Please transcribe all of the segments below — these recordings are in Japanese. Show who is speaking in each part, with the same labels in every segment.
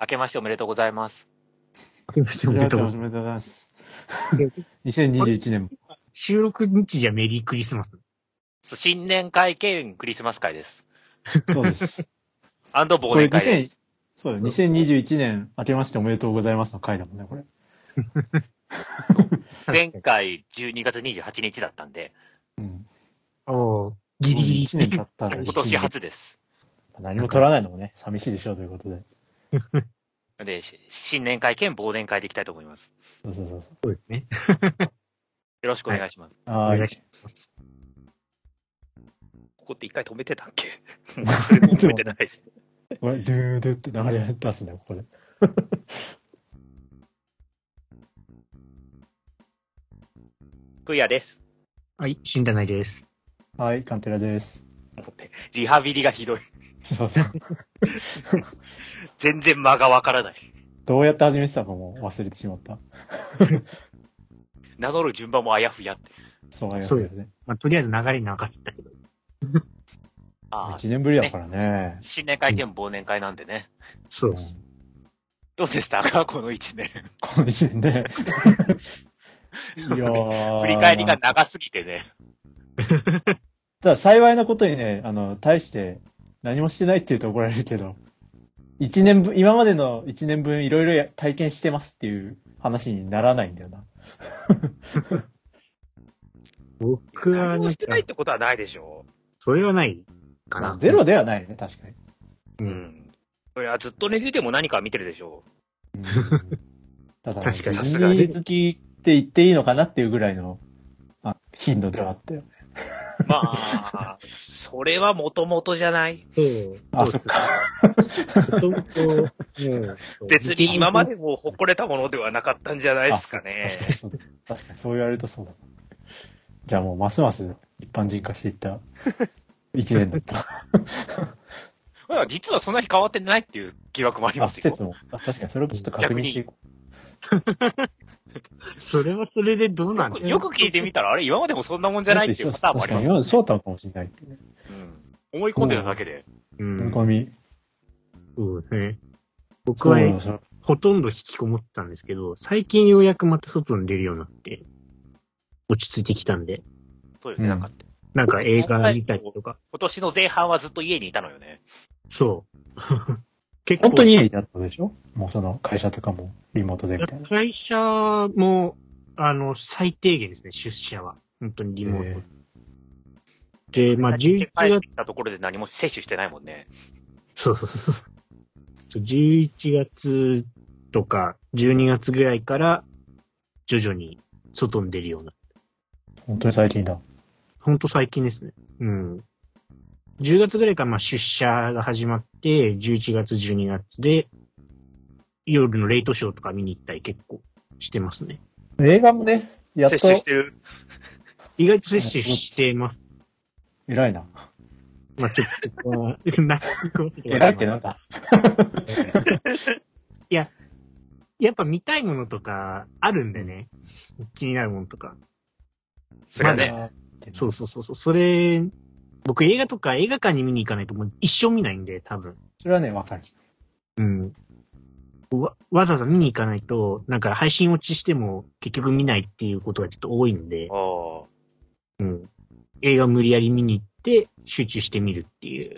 Speaker 1: 明けましておめでとうございます。
Speaker 2: 明けまして
Speaker 3: お
Speaker 2: おめで
Speaker 3: めで
Speaker 2: と
Speaker 3: と
Speaker 2: う
Speaker 3: う
Speaker 2: ござ
Speaker 3: ご
Speaker 2: いま
Speaker 3: ざい ます。
Speaker 2: す。
Speaker 3: 2021年も。
Speaker 2: 収録日じゃメリークリスマス。
Speaker 1: そう新年会兼クリスマス会です。
Speaker 3: そうです。
Speaker 1: アンド忘年会です。
Speaker 3: そうだよ。2021年明けましておめでとうございますの回だもんね、これ。
Speaker 1: 前回12月28日だったんで、
Speaker 3: うん。
Speaker 2: おーギリギリ。
Speaker 3: 1年経ったら
Speaker 1: 今年初です。
Speaker 3: 何も取らないのもね、寂しいでしょうということで。
Speaker 1: で、し新年会兼忘年会でいきたいと思います。
Speaker 3: そうそうそうそう。
Speaker 2: そうですね。
Speaker 1: よろしくお願いします。
Speaker 2: お
Speaker 3: あ
Speaker 2: 願い
Speaker 3: ー
Speaker 2: します。
Speaker 1: ここって一回止めてたっ けもうそ れも止めてない。
Speaker 3: これ、ドゥードゥって流れ出すね、ここで。
Speaker 1: クイアです。
Speaker 2: はい、死んだないです。
Speaker 3: はい、カンテラ です。
Speaker 1: リハビリがひどい。
Speaker 3: そうそう
Speaker 1: 全然間がわからない。
Speaker 3: どうやって始めてたかも忘れてしまった。
Speaker 1: 名乗る順番もあやふやって。
Speaker 3: そうあります
Speaker 2: そう
Speaker 3: よ
Speaker 2: で
Speaker 3: ね。
Speaker 2: まあ、とりあえず流れになかったけど。
Speaker 1: ああ、
Speaker 3: 1年ぶりだからね。。
Speaker 1: 新年会兼忘年会なんでね。
Speaker 2: そううん
Speaker 1: どうでしたかこの1年。
Speaker 3: この1年ね。 いや ー
Speaker 1: 振り返りが長すぎてね。
Speaker 3: ただ幸いなことにね、あの、対して何もしてないって言うと怒られるけど、一年分、今までの一年分いろいろ体験してますっていう話にならないんだよな。
Speaker 2: 僕は
Speaker 1: 何
Speaker 2: な
Speaker 1: も
Speaker 2: ん
Speaker 1: し
Speaker 2: か
Speaker 1: て、ないってことはないでしょ
Speaker 2: それはないかな。
Speaker 3: ゼロではないね、確かに。
Speaker 1: う
Speaker 2: う。
Speaker 1: んん。それはずっと寝てても何か見てるでしょ
Speaker 3: ただ、
Speaker 2: 確かに
Speaker 3: ディズニー好きって言っていいのかなっていうぐらいの、あ、頻度ではあったよ。
Speaker 1: う。まあ、それはもともとじゃない。
Speaker 2: そう。
Speaker 3: あ
Speaker 2: そうですね。もともともう
Speaker 1: 別に今ま。でも誇れたものではなかったんじゃないですか
Speaker 3: 確かに
Speaker 1: ね。
Speaker 3: そうだ。確かにそう言われるとそうだ。じゃあもうますます一般人化していった一年だった。
Speaker 1: まあ実はそんなに変わってないっていう疑惑もあり
Speaker 3: あ、
Speaker 1: ますよ。
Speaker 3: 説も。あ確かにそれをちょっと確認していこ
Speaker 2: それはそれでどうな
Speaker 1: よ
Speaker 2: んで
Speaker 1: く
Speaker 2: す
Speaker 1: よく聞いてみたら、あれ今までもそんなもんじゃないっていうパターンもあり
Speaker 3: 確か
Speaker 1: ま
Speaker 3: に
Speaker 1: す。
Speaker 3: 今までそうだったのかもしれない。
Speaker 1: うん思い込んでただけで。
Speaker 2: う
Speaker 3: 踏
Speaker 2: ん
Speaker 3: み。込み。
Speaker 2: そうですね。僕はね
Speaker 3: そうそう
Speaker 2: ほとんど引きこもってたんですけど、最近ようやくまた外に出るようになって、落ち着いてきたんで、
Speaker 1: そうですね、なんか。
Speaker 2: なんか映画見たりとか、
Speaker 1: 今年の前半はずっと家にいたのよね。
Speaker 2: そう。 結
Speaker 3: 本当に家になったでしょもうその会社とかもリモートでみたいな。
Speaker 2: 会社も、あの、最低限ですね、出社は。本当にリモート。で、まあ、11
Speaker 1: 帰っ
Speaker 2: 月、
Speaker 1: てきたところで何も摂取してないもんね。
Speaker 2: そうそうそうそう。11月とか、12月ぐらいから、徐々に外に出るような。
Speaker 3: 本当に最近だ。
Speaker 2: ほんと最近ですね。うん。10月ぐらいからまあ出社が始まって、11月、12月で、夜のレイトショーとか見に行ったり結構してますね。
Speaker 3: 映画もね、やっ
Speaker 1: 摂取し
Speaker 3: と
Speaker 1: てる。
Speaker 2: 意外と摂取してます。
Speaker 3: 偉いな。
Speaker 2: まあ、ちょっとこう、 な
Speaker 3: 偉いってなんか。
Speaker 2: いや、やっぱ見たいものとかあるんでね。気になるものとか。
Speaker 1: それはね。
Speaker 2: そうそうそうそう。それ、僕映画とか映画館に見に行かないともう一生見ないんで、多分。
Speaker 3: それはね、わかる。
Speaker 2: うん。わ、わざわざ見に行かないと、なんか配信落ちしても結局見ないっていうことがちょっと多いんで、
Speaker 1: ああ。
Speaker 2: うん。映画を無理やり見に行って、集中して見るっていう。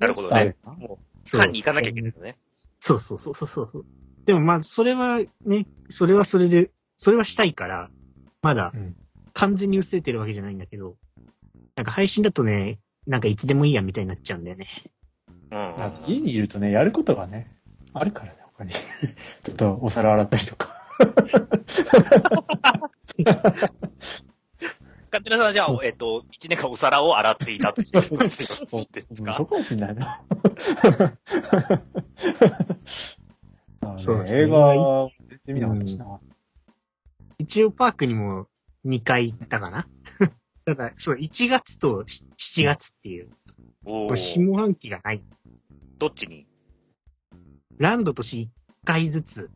Speaker 1: なるほど
Speaker 3: あ
Speaker 1: ね
Speaker 3: る。
Speaker 1: もう、
Speaker 2: そ う
Speaker 1: 館に行かなきゃいけないですね。
Speaker 2: そうそうそうそうそう。でもまあ、それはね、それはそれで、それはしたいから、まだ
Speaker 3: うん
Speaker 2: 完全に薄れてるわけじゃないんだけど、なんか配信だとね、なんかいつでもいいやみたいになっちゃうんだよね。
Speaker 1: うん
Speaker 3: だって家にいるとね、やることがね、あるからね、他に。 ちょっとお皿洗ったりとか。
Speaker 1: カテラさんじゃあ、えっと、一年間お皿を洗っていたっていうことです
Speaker 3: そ
Speaker 1: か
Speaker 3: うかもしれな いな。 あ
Speaker 2: そ
Speaker 3: の
Speaker 2: う
Speaker 3: ね
Speaker 2: ですね
Speaker 3: 映画は全然見なかったしな。
Speaker 2: 一応パークにも2回行ったかな。 ただ、そう、1月と7月っていう、
Speaker 1: お
Speaker 2: これ
Speaker 1: ー
Speaker 2: 下半期がない。
Speaker 1: どっちに
Speaker 2: ランドと市1回ずつ、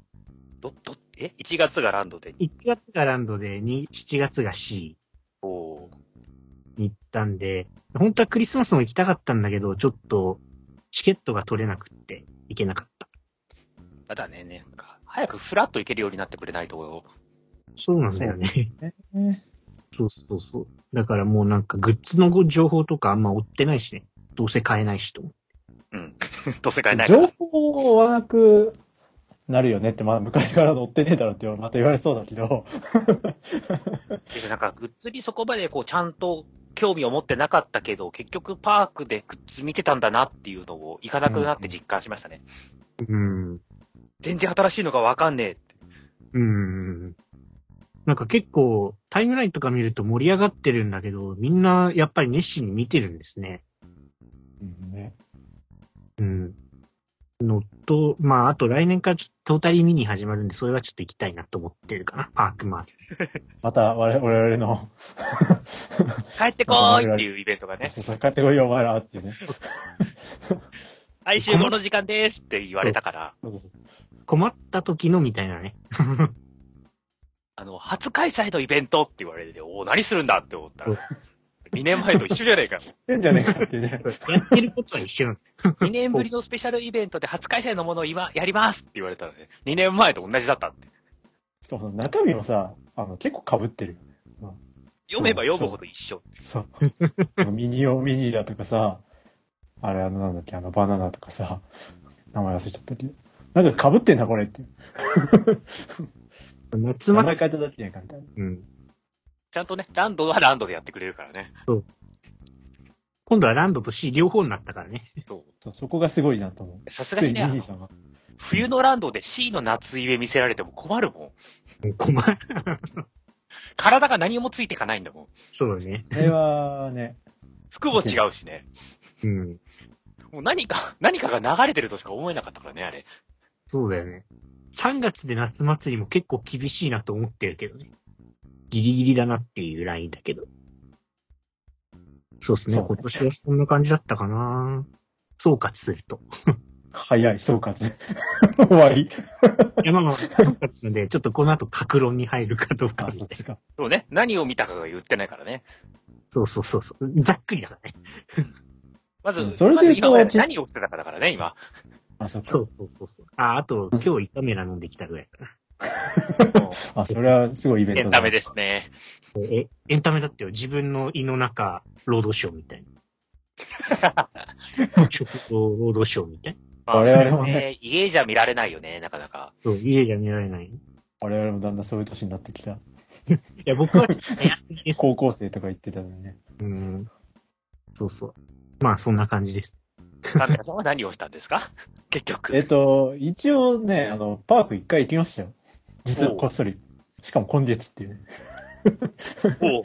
Speaker 1: ど、ど、え ?1 月がランドで。
Speaker 2: 1月がランドで、に7月が C
Speaker 1: おー
Speaker 2: に行ったんで、本当はクリスマスも行きたかったんだけど、ちょっとチケットが取れなくって行けなかった。
Speaker 1: あだね、なんか、早くフラッと行けるようになってくれないと、
Speaker 2: そうなんだよね。
Speaker 3: ね
Speaker 2: そうそうそう。だからもうなんかグッズの情報とかあんま追ってないしね。どうせ買えないしと。
Speaker 1: うん。どうせ買えないから
Speaker 3: 情報を追わなくなるよねって、まあ、昔から乗ってねえだろってまた言われそうだけど。
Speaker 1: でもなんか、グッズにそこまでこう、ちゃんと興味を持ってなかったけど、結局パークでグッズ見てたんだなっていうのを、行かなくなって実感しましたね。
Speaker 2: うん。
Speaker 1: 全然新しいのがわかんねえって。
Speaker 2: うん。なんか結構、タイムラインとか見ると盛り上がってるんだけど、みんなやっぱり熱心に見てるんですね。
Speaker 3: うんね
Speaker 2: うん。のと、まあ、あと来年からちょっとトータリーミニ始まるんで、それはちょっと行きたいなと思ってるかな。パークマーケ
Speaker 3: また我々、我々の、
Speaker 1: 帰ってこーいっていうイベントがね、
Speaker 3: そうそう、帰ってこいよ、お前らっていうね。
Speaker 1: はい、集合の時間ですって言われたから、
Speaker 3: そうそう
Speaker 2: ット。困った時のみたいなね。
Speaker 1: あの、初開催のイベントって言われて、おお、何するんだって思った
Speaker 2: う
Speaker 1: ら
Speaker 2: ん、
Speaker 1: 2年前と一緒じゃないか。
Speaker 3: そう。んじゃねえかってい うね。
Speaker 2: やってることは一緒なの。
Speaker 1: 2年ぶりのスペシャルイベントで初開催のものを今やりますって言われたらね、2年前と同じだったって。
Speaker 3: しかもその中身もさ、あの、結構被ってるよね。
Speaker 1: 読めば読むほど一緒。
Speaker 3: そう。ミニオミニだとかさ、あれあのなんだっけ、あのバナナとかさ、名前忘れちゃったけど。なんか被ってんな、これって。
Speaker 2: 夏
Speaker 3: つまら
Speaker 2: 祭
Speaker 3: なかっただけやんか、みたいな。
Speaker 2: り、うん。
Speaker 1: ちゃんとね、ランドはランドでやってくれるからね。
Speaker 2: 今度はランドと C 両方になったからね。
Speaker 1: そ
Speaker 3: そう、そこがすごいなと思う。
Speaker 1: う。さす
Speaker 3: つ
Speaker 1: がに
Speaker 3: いに
Speaker 1: ね、
Speaker 3: ミ
Speaker 1: あの
Speaker 3: ニーさんが。
Speaker 1: 冬のランドで C の夏上見せられても困るもん。
Speaker 2: うん困る。
Speaker 1: 体が何もついてかないんだもん。
Speaker 2: そうだね。
Speaker 3: あれはね、
Speaker 1: 服も違うし ね。
Speaker 2: うん。
Speaker 1: もう何か、何かが流れてるとしか思えなかったからね、あれ。
Speaker 2: そうだよね。3月で夏祭りも結構厳しいなと思ってるけどね。ギリギリだなっていうラインだけど。そうですね。
Speaker 3: そうね
Speaker 2: 今年はそんな感じだったかな総括すると。
Speaker 3: 早い、そうかって。 終わり。
Speaker 2: いや、まあまあ、総括なんで、ちょっとこの後、格論に入るかどうか
Speaker 3: あ、
Speaker 2: みた
Speaker 3: そ
Speaker 2: いう
Speaker 3: です
Speaker 2: な。
Speaker 3: か。
Speaker 1: そうね。何を見たかが言ってないからね。
Speaker 2: そうそうそうそう。ざっくりだからね。
Speaker 1: まず、
Speaker 3: それで
Speaker 1: まず今まで
Speaker 3: こう
Speaker 1: 何をしてたかだからね、 今。
Speaker 3: あ、そうか。
Speaker 2: そうそうそうそう。あ、あと、今日イカメラ飲んできたぐらいかな。
Speaker 3: あ、それはすごいイベン
Speaker 1: エ
Speaker 3: ト
Speaker 1: ン
Speaker 3: だ
Speaker 1: タメですね。
Speaker 2: え、エンタメだってよ。自分の胃の中、労働省みたい な。食堂労働省みたいな。
Speaker 1: まあ
Speaker 3: 我々もね
Speaker 1: ね家じゃ見られないよね、なかなか。
Speaker 2: そう、家じゃ見られない。い
Speaker 3: 我々もだんだんそういう年になってきた。
Speaker 2: や、僕はちょっと早すぎです。
Speaker 3: 高校生とか言ってたのにね。
Speaker 2: うん。そうそう。まあ、そんな感じです。
Speaker 1: カメラさんは何をしたんですか 結局。
Speaker 3: えっと、一応ね、あの、パーク一回行きましたよ。実は
Speaker 1: おう
Speaker 3: こっそり。しかも今月っていうね。
Speaker 1: おう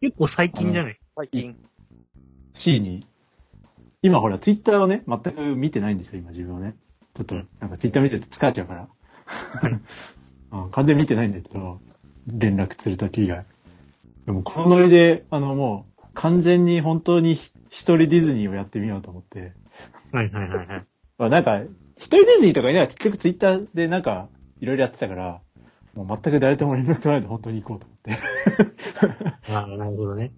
Speaker 2: 結構最近じゃない
Speaker 1: 最近。
Speaker 3: C に。今ほら、ツイッターをね、全く見てないんですよ、今自分はね。ちょっと、なんかツイッター見てて疲れちゃうから。うん完全に見てないんだけど、連絡するとき以外。でも、このノリで、あの、もう、完全に本当にひ一人ディズニーをやってみようと思って。
Speaker 2: はいはいはいはい。
Speaker 3: まあなんか、一人ディズニーとかいない結局ツイッターでなんか、いろいろやってたから、もう全く誰とも連絡取られて本当に行こうと思って。
Speaker 2: ああ、なるほどね。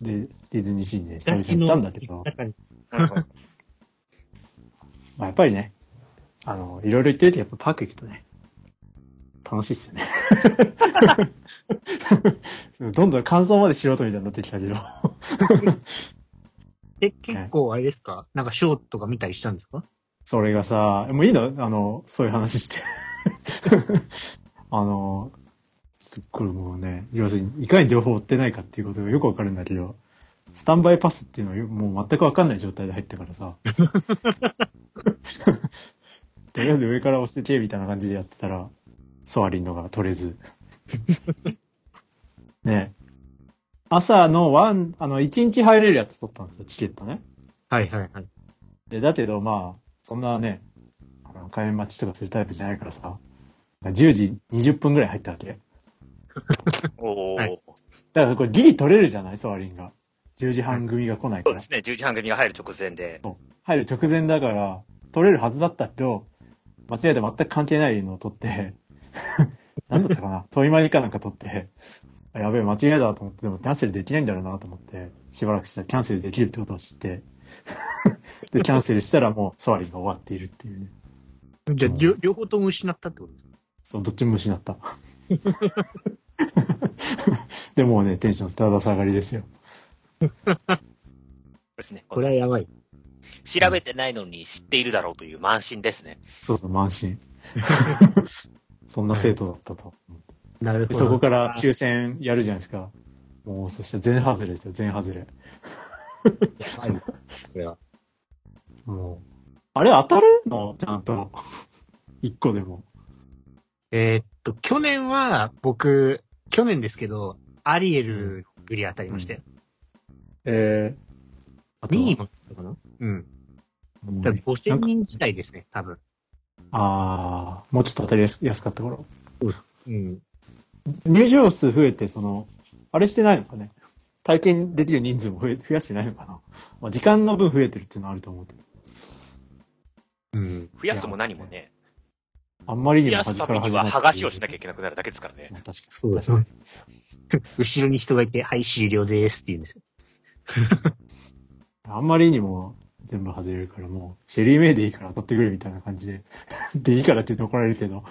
Speaker 3: で、ディズニーシーンで久々に行ったんだけど、
Speaker 2: 中に
Speaker 3: まあ、やっぱりね、あの、いろいろ行ってるとやっぱパーク行くとね、楽しいっすよね。 どんどん感想まで素人みたいになってきたけど。
Speaker 2: え、結構あれですかなんかショーとか見たりしたんですか
Speaker 3: それがさ、もういいのあの、そういう話して。あの、すっごいもうね、要するに、いかに情報を追ってないかっていうことがよくわかるんだけど、スタンバイパスっていうのはよもう全くわかんない状態で入ったからさ。とりあえず上から押してけ、みたいな感じでやってたら、ソアリンのが取れず。ね朝のワン、あの、1日入れるやつ取ったんですよ、チケットね。
Speaker 2: はいはいはい。
Speaker 3: で、だけどまあ、そんなね、あの、開演待ちとかするタイプじゃないからさ、10時20分ぐらい入ったわけ。
Speaker 1: おお、
Speaker 2: はい
Speaker 3: だからこれギリ取れるじゃないソアリンが。10時半組が来ないか
Speaker 1: そう
Speaker 3: ら
Speaker 1: で。すね、10時半組が入る直前で。
Speaker 3: 入る直前だから、取れるはずだったけど、間違えて全く関係ないのを取って、 なんだったかな問いまりかなんか取って、あやべえ、間違えだと思って、でもキャンセルできないんだろうなと思って、しばらくしたらキャンセルできる ってことを知って、で、キャンセルしたらもうソアリンが終わっているっていうね。
Speaker 2: じゃあ、両両方とも失ったってことですか
Speaker 3: そう、どっちも失った。 でもうね、テンションスターダスト上がりですよ。
Speaker 1: ですね。
Speaker 2: これはやばい。
Speaker 1: 調べてないのに知っているだろうという慢心ですね。
Speaker 3: そうそう、満身。 そんな生徒だったと。
Speaker 2: なるほ
Speaker 3: で
Speaker 2: ど。
Speaker 3: そこから抽選やるじゃないですか。もう、そして全外れですよ、全外れ。
Speaker 2: やばい。これは。
Speaker 3: もう。あれ当たるのちゃんと。 一個でも。
Speaker 2: えーっと、去年は、僕、去年ですけど、アリエルより当たりましたよ。
Speaker 3: えー。あとは
Speaker 2: 2位もったかなうん。
Speaker 3: うん
Speaker 2: だから5000人時代ですね、多分。
Speaker 3: ああ、もうちょっと当たりやす安かった頃。
Speaker 2: うん。
Speaker 3: 入場数増えて、その、あれしてないのかね。体験できる人数も増え増やしてないのかな。まあ、時間の分増えてるっていうのはあると思うけど。
Speaker 2: うん。
Speaker 1: 増やすも何もね、
Speaker 3: あんまり
Speaker 1: 増
Speaker 3: にも
Speaker 1: やす
Speaker 3: 端
Speaker 1: た
Speaker 3: か
Speaker 1: め
Speaker 3: ら
Speaker 1: に
Speaker 3: 始ま
Speaker 1: は
Speaker 3: る。
Speaker 1: 剥がしをしなきゃいけなくなるだけですからね。
Speaker 3: まあ確か
Speaker 2: そうだ、そうだ。 後ろに人がいて、はい、終了ですって言うんですよ。
Speaker 3: に。あんまりにも全部外れるから、もう、シェリーメイでいいから当たってくれみたいな感じで。 でいいからって言うと怒られるけど。
Speaker 2: っ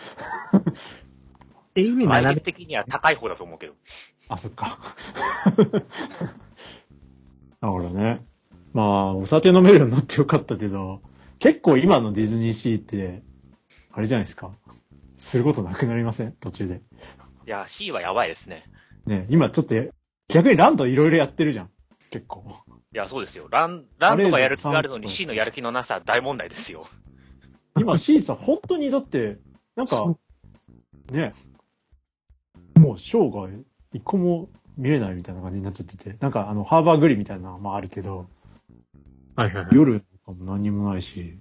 Speaker 2: ていう意味
Speaker 1: 倍
Speaker 2: 並
Speaker 1: 率
Speaker 2: べ
Speaker 1: 的には高い方だと思うけど。
Speaker 3: あ、そっか。 だからね。まあ、お酒飲めるようになってよかったけど、結構今のディズニーシーって、あれじゃないですか。することなくなりません途中で。
Speaker 1: いや、C はやばいですね。
Speaker 3: ね、今ちょっとや、逆にランドいろいろやってるじゃん。結構。
Speaker 1: いや、そうですよ。ラン、ランドがやる気があるの
Speaker 3: あ
Speaker 1: に
Speaker 3: れ
Speaker 1: C のやる気のなさ大問題ですよ。
Speaker 3: 今 C さん、本当にだって、なんか
Speaker 2: そ、
Speaker 3: ね、もう生涯一個も見れないみたいな感じになっちゃってて、なんかあの、ハーバーグリみたいなのはまああるけど、
Speaker 2: はいはいはい。
Speaker 3: 夜とかも何にもないし、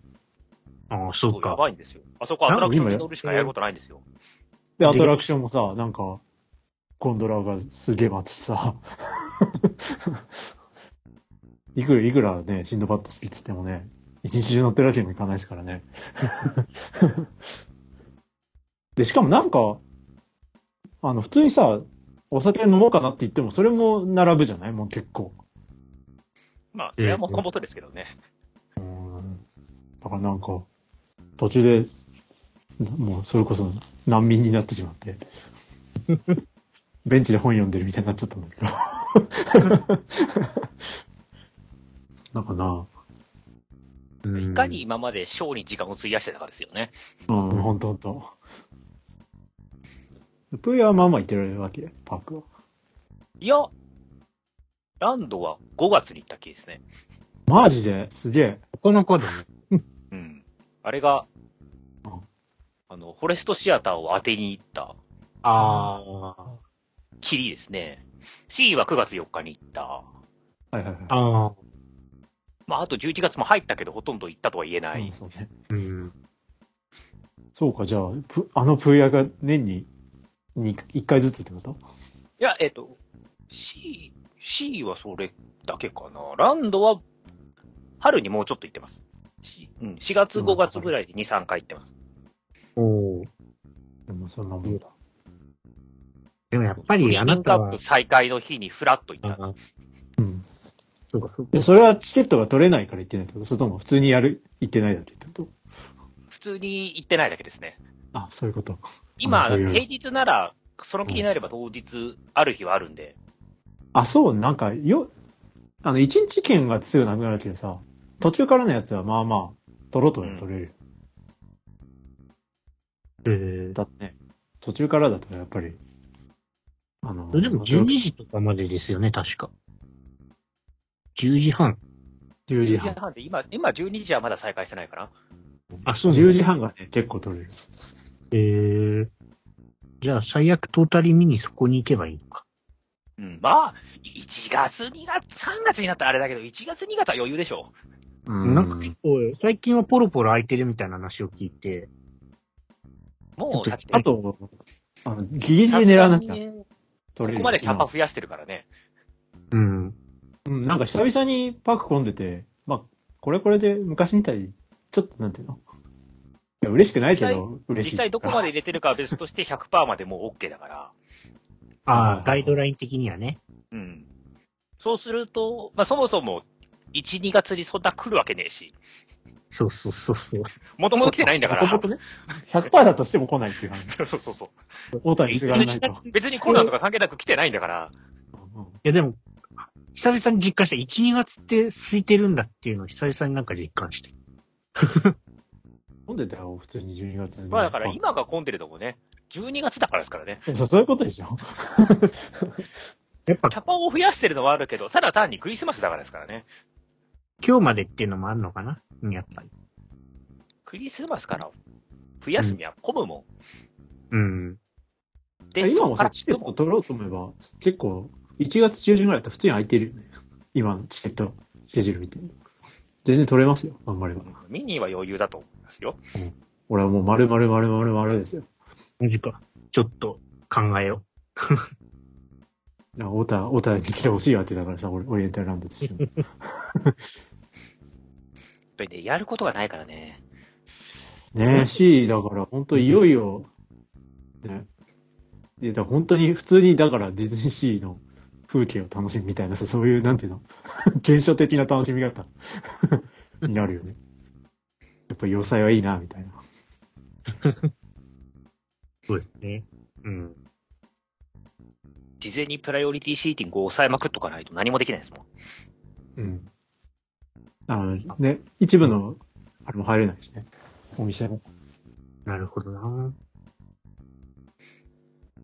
Speaker 2: ああ、そう
Speaker 1: や
Speaker 2: か。
Speaker 1: ばいんですよ。あそこアトラクションに乗るしかやることないんですよ。
Speaker 3: で、
Speaker 2: で
Speaker 3: アトラクションもさ、なんか、ゴンドラがすげえ待つしさ。 いくら、いくらね、シンドバッド好きっつってもね、一日中乗ってるわけにもいかないですからね。 で、しかもなんか、あの、普通にさ、お酒飲もうかなって言っても、それも並ぶじゃないもう結構。
Speaker 1: まあ、それはもともとですけどね。
Speaker 3: だからなんか、途中で、なもうそれこそ難民になってしまって、ベンチで本読んでるみたいになっちゃったんだけど。 なんかな、
Speaker 2: うん
Speaker 1: いかに今までショーに時間を費やしてたかですよね。
Speaker 3: うん、ほんとほんと。プーヤはまあまあ行ってられるわけ、パークは。
Speaker 1: いや、ランドは5月に行ったっけですね。
Speaker 3: マジですげえ。
Speaker 2: この子でね。
Speaker 1: うん。あれが
Speaker 3: うん、
Speaker 1: あの、フォレストシアターを当てに行った、
Speaker 2: ああ。
Speaker 1: キリですね。C は9月4日に行った。
Speaker 3: はいはいはい。
Speaker 2: ああ。
Speaker 1: まあ、あと11月も入ったけど、ほとんど行ったとは言えな
Speaker 3: う
Speaker 1: い
Speaker 3: ん。そうね。
Speaker 2: うん。
Speaker 3: そうか、じゃあ、プあのプーヤが年にに1回ずつってこと
Speaker 1: いや、えっ、と、C、C はそれだけかな。ランドは、春にもうちょっと行ってます。しうん、4月、5月ぐらいで2、3回行ってます。
Speaker 2: おー
Speaker 3: でもそんなもんだ。
Speaker 2: でもやっぱりあな
Speaker 1: ンカ
Speaker 2: た
Speaker 1: ッ
Speaker 2: は
Speaker 1: プ、再開の日にフラッと行った。
Speaker 2: ああ
Speaker 3: うん。
Speaker 2: そうか、そうか。
Speaker 3: で、それはチケットが取れないから行ってないってことそれとも普通にやる、行ってないだけってこと
Speaker 1: 普通に行ってないだけですね。
Speaker 3: あ、そういうこと。
Speaker 1: 今、
Speaker 3: うん
Speaker 1: 平日なら、その気になれば当日、ある日はあるんで。
Speaker 3: あ、そう、なんか、よ、あの、一日券がすぐなくなるけどさ、途中からのやつはまあまあ、取ろうとは取れる。
Speaker 2: えー
Speaker 3: だってね、途中からだとやっぱり、あの、
Speaker 2: でも12時とかまでですよね、確か。10時半。
Speaker 3: 10時
Speaker 1: 12
Speaker 3: 半
Speaker 1: 時。半で、今、今12時はまだ再開してないかな。
Speaker 2: あ、そうなんだ
Speaker 3: 10時半がね、結構取れる。
Speaker 2: えー、じゃあ、最悪トータリ見にそこに行けばいいのか。
Speaker 1: うん、まあ、1月、2月、3月になったらあれだけど、1月、2月は余裕でしょ
Speaker 2: なんか結構、最近はポロポロ空いてるみたいな話を聞いて、
Speaker 1: う。もう先
Speaker 3: あと、あの、ギリギリで狙わなき
Speaker 1: さ
Speaker 3: ゃ
Speaker 1: すがにね
Speaker 3: 取れる。
Speaker 1: ここまでキャパ
Speaker 3: 今
Speaker 1: 増やしてるからね。
Speaker 2: うん。
Speaker 3: うん、なんか久々にパーク混んでて、まあ、これはこれで昔みたいに、ちょっとなんていうのいや、嬉しくないけど、嬉しい。
Speaker 1: 実際どこまで入れてるかは別として100%までもう OK だから。
Speaker 2: ああ、ガイドライン的にはね。
Speaker 1: うん。そうすると、まあそもそも1、2月にそんな来るわけねえし。
Speaker 2: そうそうそうそう。
Speaker 1: もともと来てないんだから。
Speaker 3: もともとね。100%だとしても来ないっ ていう話。
Speaker 1: そうそうそうそう。
Speaker 3: 大谷すがらないと。
Speaker 1: 別にコロナとか関係なく来てないんだから。
Speaker 2: いやでも、久々に実感した。1、2月って空いてるんだっていうのを久々になんか実感して。
Speaker 3: なんでだよ、普通に12月に
Speaker 1: まあだから今が混んでるとこね、12月だからですからね。
Speaker 3: そうそういうことでしょ
Speaker 2: やっぱ
Speaker 1: キャパを増やしてるのはあるけど、ただ単にクリスマスだからですからね。
Speaker 2: 今日までっていうのもあるのかなうんやっぱり。
Speaker 1: クリスマスから冬休みは混むも
Speaker 2: うん。
Speaker 1: ん。で、
Speaker 3: 今
Speaker 1: そ
Speaker 3: も
Speaker 1: っか
Speaker 3: さ、
Speaker 1: ら
Speaker 3: チケット取ろうと思えば、結構、1月中旬ぐらいだと普通に空いてるよね。今のチケット、スケジュール見て。全然取れますよ、頑張れば。
Speaker 1: ミニは余裕だと思いますよ。
Speaker 3: 俺はもう丸々丸々丸々ですよ。
Speaker 2: マジか。ちょっと考えよ
Speaker 3: なんか、オーター、オーターに来てほしいわけだからさ、オリオリエンタルランドとしても。
Speaker 1: 本当にね、やることがないからね。
Speaker 3: ねえ、C だから、本当いよいよ、ね。いや、だから本当に普通に、だからディズニーシーの風景を楽しむみたいなさ、そういう、なんていうの、 現象的な楽しみ方 になるよね。やっぱ要塞はいいな、みたいな。
Speaker 2: う。そうですね。うん。
Speaker 1: 事前にプライオリティシーティングを抑えまくっとかないと何もできないですもん。
Speaker 3: うん。あのね、一部の、あれも入れないしね。お店も。
Speaker 2: なるほどな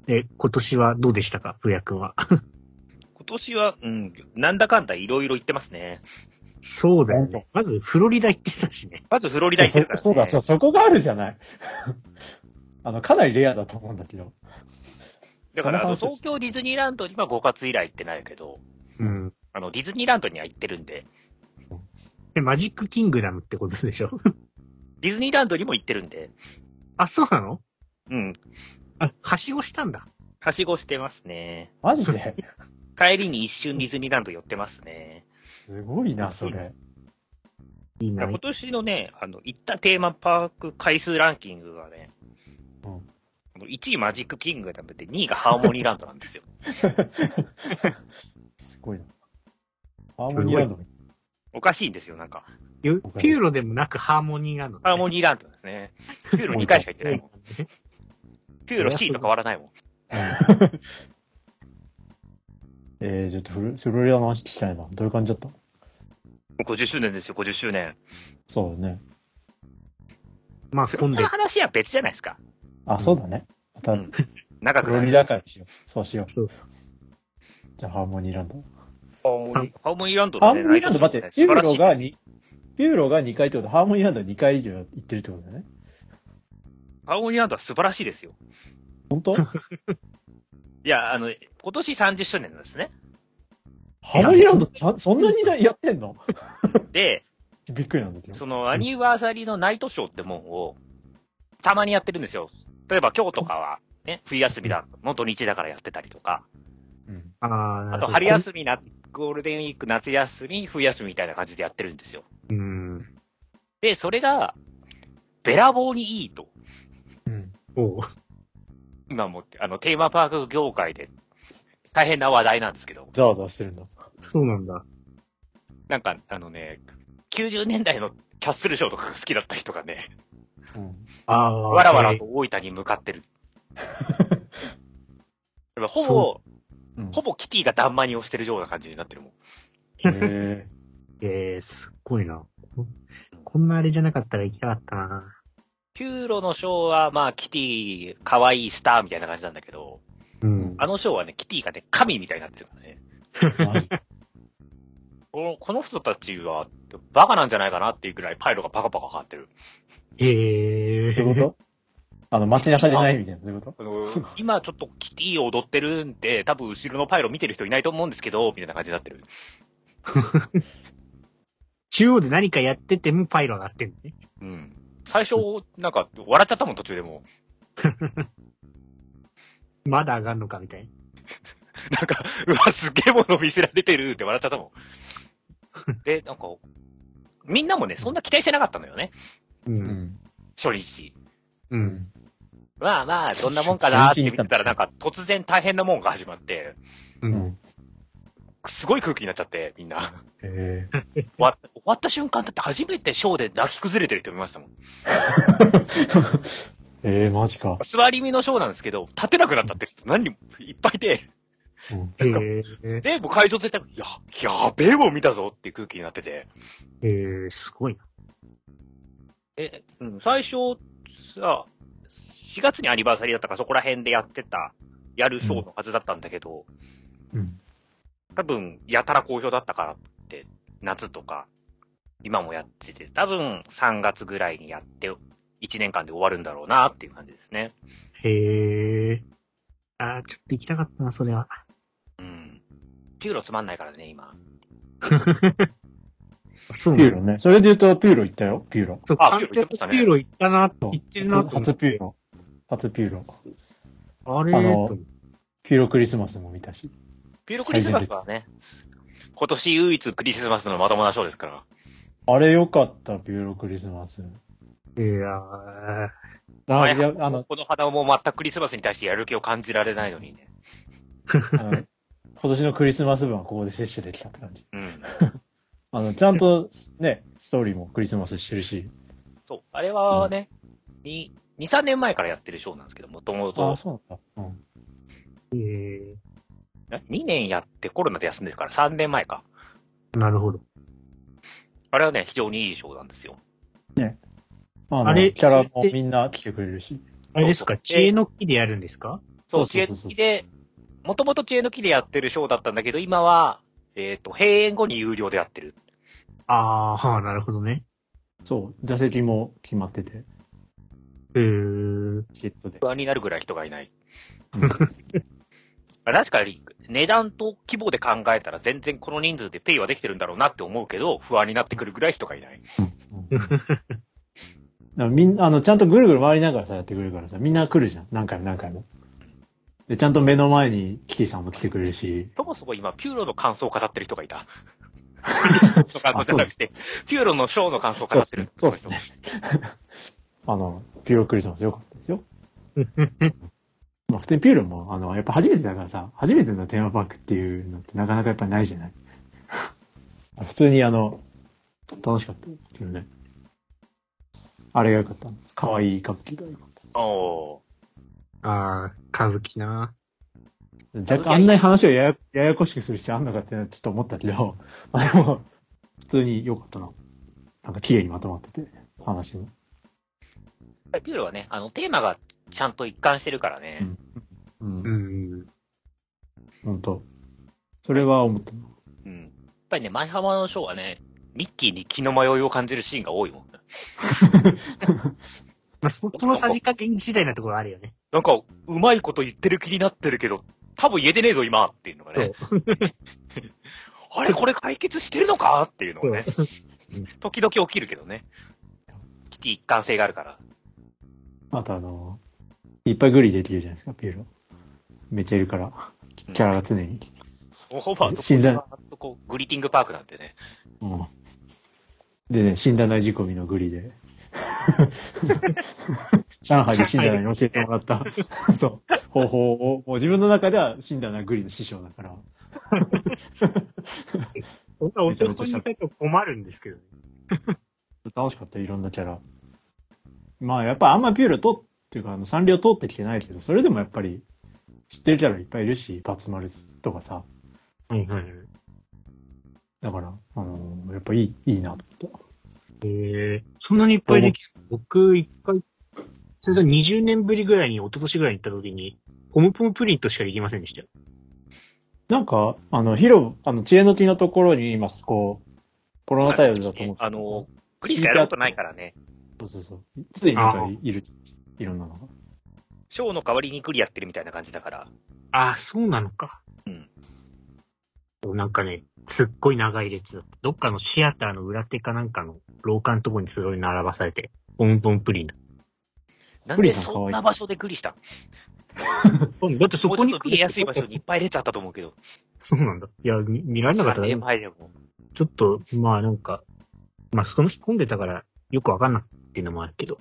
Speaker 2: で、今年はどうでしたかふやくんは。
Speaker 1: 今年は、うん、なんだかんだいろいろ行ってますね。
Speaker 2: そうだよ
Speaker 3: なん
Speaker 2: ね。まず、フロリダ行ってたしね。
Speaker 1: まずフロリダ行ってるから、ね。
Speaker 3: う、そこがあるじゃない。 あの、かなりレアだと思うんだけど。
Speaker 1: だから、あの、
Speaker 3: その話
Speaker 1: 東京ディズニーランドには5月以来行ってないけど、
Speaker 2: うん。
Speaker 1: あの、ディズニーランドには行ってるんで、
Speaker 2: で、マジックキングダムってことでしょ
Speaker 1: ディズニーランドにも行ってるんで、
Speaker 2: あ、そうなの
Speaker 1: うん、
Speaker 2: あ、はしごしたんだ。
Speaker 1: はしごしてますね。
Speaker 3: マジで
Speaker 1: 帰りに一瞬ディズニーランド寄ってますね。
Speaker 3: すごいな、それ。
Speaker 2: いい
Speaker 1: だか
Speaker 2: な
Speaker 1: ら。今年のね、あの、行ったテーマパーク回数ランキングがね、
Speaker 3: うん
Speaker 1: あの1位マジックキングダムで2位がハーモニーランドなんですよ。
Speaker 3: すごいな。ハーモニーランドも
Speaker 1: おかしいんですよ、なんか。
Speaker 2: ゆピューロでもなくハーモニーなの、
Speaker 1: ハーモニーランドですね。ピューロ2回しか行ってないもん。ピューロ C と変わらないもん。
Speaker 3: えー、ちょっとフル、フロリダの話聞きたいな。どういう感じだった
Speaker 1: 50周年ですよ、50周年。
Speaker 3: そうだね。
Speaker 2: まあ、
Speaker 1: フロ
Speaker 2: 混ん
Speaker 1: リ
Speaker 2: で
Speaker 1: ダの 話は別じゃないですか。
Speaker 3: あ、そうだね。また、
Speaker 1: う
Speaker 3: フ
Speaker 1: ん長くな
Speaker 3: ロリ
Speaker 1: い。
Speaker 3: ダからしよう。そうしよ
Speaker 2: そう
Speaker 3: う。じゃあ、ハーモニーランド。
Speaker 1: ハーモニーハーモニーランド
Speaker 3: ハ
Speaker 1: の
Speaker 3: ー
Speaker 1: ね
Speaker 3: モニーランド、待って、ピューロが
Speaker 1: 素晴らしいです
Speaker 3: にピューロが2回ってこと、ハーモニーランドは2回以上行ってるってことだよね。
Speaker 1: ハーモニーランドは素晴らしいですよ。
Speaker 3: 本 当
Speaker 1: いや、あの、今年30周年なんですね。
Speaker 3: ハーモニーランドってそそんなになやってんの
Speaker 1: で、
Speaker 3: びっくりなんだけど。
Speaker 1: そのアニバーサリーのナイトショーってもんを、たまにやってるんですよ。例えば今日とかは、ね、冬休みだ、の土日だからやってたりとか、
Speaker 3: うん
Speaker 2: あー
Speaker 1: あと春休みな、ゴールデンウィーク、夏休み、冬休みみたいな感じでやってるんですよ。
Speaker 2: うん。
Speaker 1: で、それが、べらぼうにいいと、
Speaker 3: うん。
Speaker 2: おう
Speaker 1: 今もって、あの、テーマパーク業界で、大変な話題なんですけど、
Speaker 3: ざわざわしてるんだ。
Speaker 2: そうなんだ。
Speaker 1: なんか、あのね、90年代のキャッスルショーとかが好きだった人がね、
Speaker 3: うん。
Speaker 2: ああ。
Speaker 1: わらわらと大分に向かってる。やっぱほぼ
Speaker 2: そ、
Speaker 3: うん
Speaker 1: ほぼキティがだんまにをしてるような感じになってるもん。
Speaker 3: へえ。
Speaker 2: えー、すっごいな。ここんなあれじゃなかったら行きたかったな。
Speaker 1: ピューロのショーは、まあ、キティ、可愛いスターみたいな感じなんだけど、
Speaker 2: うん。
Speaker 1: あのショーはね、キティがね、神みたいになってるからね。
Speaker 3: マジ
Speaker 1: このこの人たちは、バカなんじゃないかなっていうくらいパイロがバカバカ変わってる。
Speaker 2: え
Speaker 3: そういうこ
Speaker 2: ー。
Speaker 3: とあの、街中じゃないみたいな、そういうこと
Speaker 1: あ の今ちょっとキティを踊ってるんで、多分後ろのパイロ見てる人いないと思うんですけど、みたいな感じになってる。
Speaker 2: 中央で何かやっててもパイロがあってんのね。
Speaker 1: うん。最初、なんか、笑っちゃったもん、途中でもう。
Speaker 2: まだ上がんのかみたいな。
Speaker 1: なんか、うわ、すげえもの見せられてるって笑っちゃったも ん。で、なんか、みんなもね、そんな期待してなかったのよね、
Speaker 2: う。
Speaker 3: うんん。
Speaker 1: 初日。
Speaker 2: う。。
Speaker 3: うん
Speaker 1: まあまあ、どんなもんかなーって見てたら、なんか突然大変なもんが始まって、
Speaker 2: う。
Speaker 3: うんん。
Speaker 1: すごい空気になっちゃって、みんな。
Speaker 3: え
Speaker 1: 終わ終わった瞬間だって初めてショーで泣き崩れてる人見ましたもん。
Speaker 3: えー、マジか。
Speaker 1: 座り身のショーなんですけど、立てなくなっちゃってる人何人もいっぱいいて、
Speaker 3: うん
Speaker 2: へえ、
Speaker 1: で、もう会場全体が、いや、やべえもん見たぞっていう空気になってて。
Speaker 2: へえ、すごいな。
Speaker 1: え、うん、最初、さ、4月にアニバーサリーだったからそこら辺でやってた、やるショーのはずだったんだけど、
Speaker 3: うん
Speaker 1: 多分、やたら好評だったからって、夏とか、今もやってて、多分3月ぐらいにやって、1年間で終わるんだろうなっていう感じですね。
Speaker 2: へえ。あーちょっと行きたかったな、それは。
Speaker 1: うん。ピューロつまんないからね、今。
Speaker 2: そう
Speaker 3: ピ
Speaker 2: な
Speaker 3: ュー
Speaker 2: の
Speaker 3: ロね。それで言うと、ピューロ行ったよ、ピューロ。
Speaker 2: そう、
Speaker 1: あピューロ
Speaker 2: 完
Speaker 1: 行
Speaker 2: 全
Speaker 1: ってましたね
Speaker 2: ピューロ行ったな、行ってるなと思って
Speaker 3: 初ピューロ。初ピューロ。
Speaker 2: あれー
Speaker 3: あの
Speaker 2: と思って
Speaker 3: ピューロクリスマスも見たし。
Speaker 1: ピューロクリスマスはね、今年唯一クリスマスのまともなショーですから。
Speaker 3: あれ良かった、ピューロクリスマス。
Speaker 2: いや
Speaker 3: あ、
Speaker 1: はい
Speaker 3: いや、あの、
Speaker 1: この花も全くクリスマスに対してやる気を感じられないのにね。
Speaker 3: あの今年のクリスマス分はここで摂取できたって感じ。
Speaker 1: うん。
Speaker 3: あの、ちゃんと、ね、ストーリーもクリスマスしてるし。
Speaker 1: そう。あれはね、に2、3年前からやってるショーなんですけど、もとも
Speaker 3: ああ、
Speaker 1: と、
Speaker 3: そうなんだ。うん。
Speaker 2: ー、え
Speaker 1: 2年やってコロナで休んでるから3年前か。
Speaker 2: ー、なるほど。
Speaker 1: あれはね、非常にいいショーなんですよ。
Speaker 3: あの
Speaker 2: あれ
Speaker 3: キャラもみんな来てくれるし。
Speaker 2: あれですか、
Speaker 1: そう
Speaker 2: 知恵の木でやるんですか
Speaker 1: そう、知
Speaker 3: そう
Speaker 1: 恵
Speaker 3: そ
Speaker 1: の
Speaker 3: うそう
Speaker 1: 木で、もともと知恵の木でやってるショーだったんだけど、今は、えっ、と、閉園後に有料でやってる。
Speaker 2: あー、はあ、なるほどね。
Speaker 3: そう、座席も決まってて、
Speaker 2: へー、
Speaker 3: チケットで。
Speaker 1: 不安になるぐらい人がいない。
Speaker 3: うん
Speaker 1: 確かに、値段と規模で考えたら全然この人数でペイはできてるんだろうなって思うけど、不安になってくるぐらい人がいない。
Speaker 3: だからみんな、あの、ちゃんとぐるぐる回りながらさ、やってくれるからさ、みんな来るじゃん。何回も何回も。で、ちゃんと目の前にキティさんも来てくれるし、
Speaker 1: そもそも今、ピューロの感想を語ってる人がい た。の感想じゃ
Speaker 3: そう
Speaker 1: な
Speaker 3: で
Speaker 1: く
Speaker 3: す
Speaker 1: て、 ピューロのショーの感想を語ってる。
Speaker 3: そうですね。 あの、ピューロクリスマスよかったですよ。まあ普通にピューロも、あの、やっぱ初めてだからさ、初めてのテーマパークっていうのってなかなかやっぱないじゃない。 普通にあの、楽しかったですけどね。あれが良かった。可愛い歌舞伎が良かっ
Speaker 1: お
Speaker 2: あー、歌舞伎な。
Speaker 3: た。若干あんなに話をややややこしくする必要あんのかっていうのはちょっと思ったけど、 あでも、普通に良かったな。なんか綺麗にまとまってて、話も。
Speaker 1: ーピューロはね、あの、テーマがちゃんと一貫してるからね。
Speaker 3: うんうん
Speaker 2: う、ん。
Speaker 3: 本当それは思った。
Speaker 1: うん。やっぱりね、舞浜のショーはね、ミッキーに気の迷いを感じるシーンが多いもん。
Speaker 2: まあ、そこのさじ加減次第なところあるよね。
Speaker 1: なんか、うまいこと言ってる気になってるけど、多分言えてねえぞ、今っていうのがね。 あれ、これ解決してるのかっていうのがね。時々起きるけどね。キティ一貫性があるから。
Speaker 3: あとあの、いっぱいグリできるじゃないですか、ピューロ。めっちゃいるから、キャラが常に。
Speaker 1: ほぼあそこ
Speaker 3: 死んだ
Speaker 1: あそこグリーティングパークなんてね。
Speaker 3: うん。でね、死んだない仕込みのグリ で。上海で死んだないに教えてもらった、そう、方法を、もう自分の中では死んだないグリの師匠だから。
Speaker 2: 僕はお手本にいたいと困るんですけどね。
Speaker 3: 楽しかった、いろんなキャラ。まあ、やっぱあんまピューロと、っていうか、あの、サンリオ通ってきてないけど、それでもやっぱり、知ってるキャラいっぱいいるし、バツマルとかさ。
Speaker 2: はいはいはい。
Speaker 3: だから、あのやっぱいい、いいなと思った。
Speaker 2: えー、そんなにいっぱいできる僕、一回、それが20年ぶりぐらいに、一昨年ぐらいに行った時に、ポムポムプリントしかできませんでしたよ。
Speaker 3: なんか、あの、広、あの、知恵の木のところに今、こう、コロナ対応だと思う。
Speaker 1: あの、グリーしかやることないからね。
Speaker 3: そうそうそう。常になんかいる、いろんなのが。
Speaker 1: ショーの代わりにグリやってるみたいな感じだから。
Speaker 2: ああ、そうなのか。
Speaker 1: うん。
Speaker 2: なんかね、すっごい長い列だった。どっかのシアターの裏手かなんかの廊下のとこにすごい並ばされて、ポムポムプリンだ。
Speaker 1: なん
Speaker 3: グリ
Speaker 1: で
Speaker 3: さん可愛い
Speaker 1: そんな場所でグリした
Speaker 2: だってそ
Speaker 1: そこ
Speaker 2: こ
Speaker 1: に
Speaker 2: に
Speaker 1: 見えやすい場所にいっぱい出ちゃったと思うけど。
Speaker 2: そうなんだ。いや、見見られなかった
Speaker 1: 3
Speaker 2: ら
Speaker 1: 年前でも。
Speaker 2: ちょっと、まあなんか、まあその日混んでたからよくわかんなくっていうのもあるけど。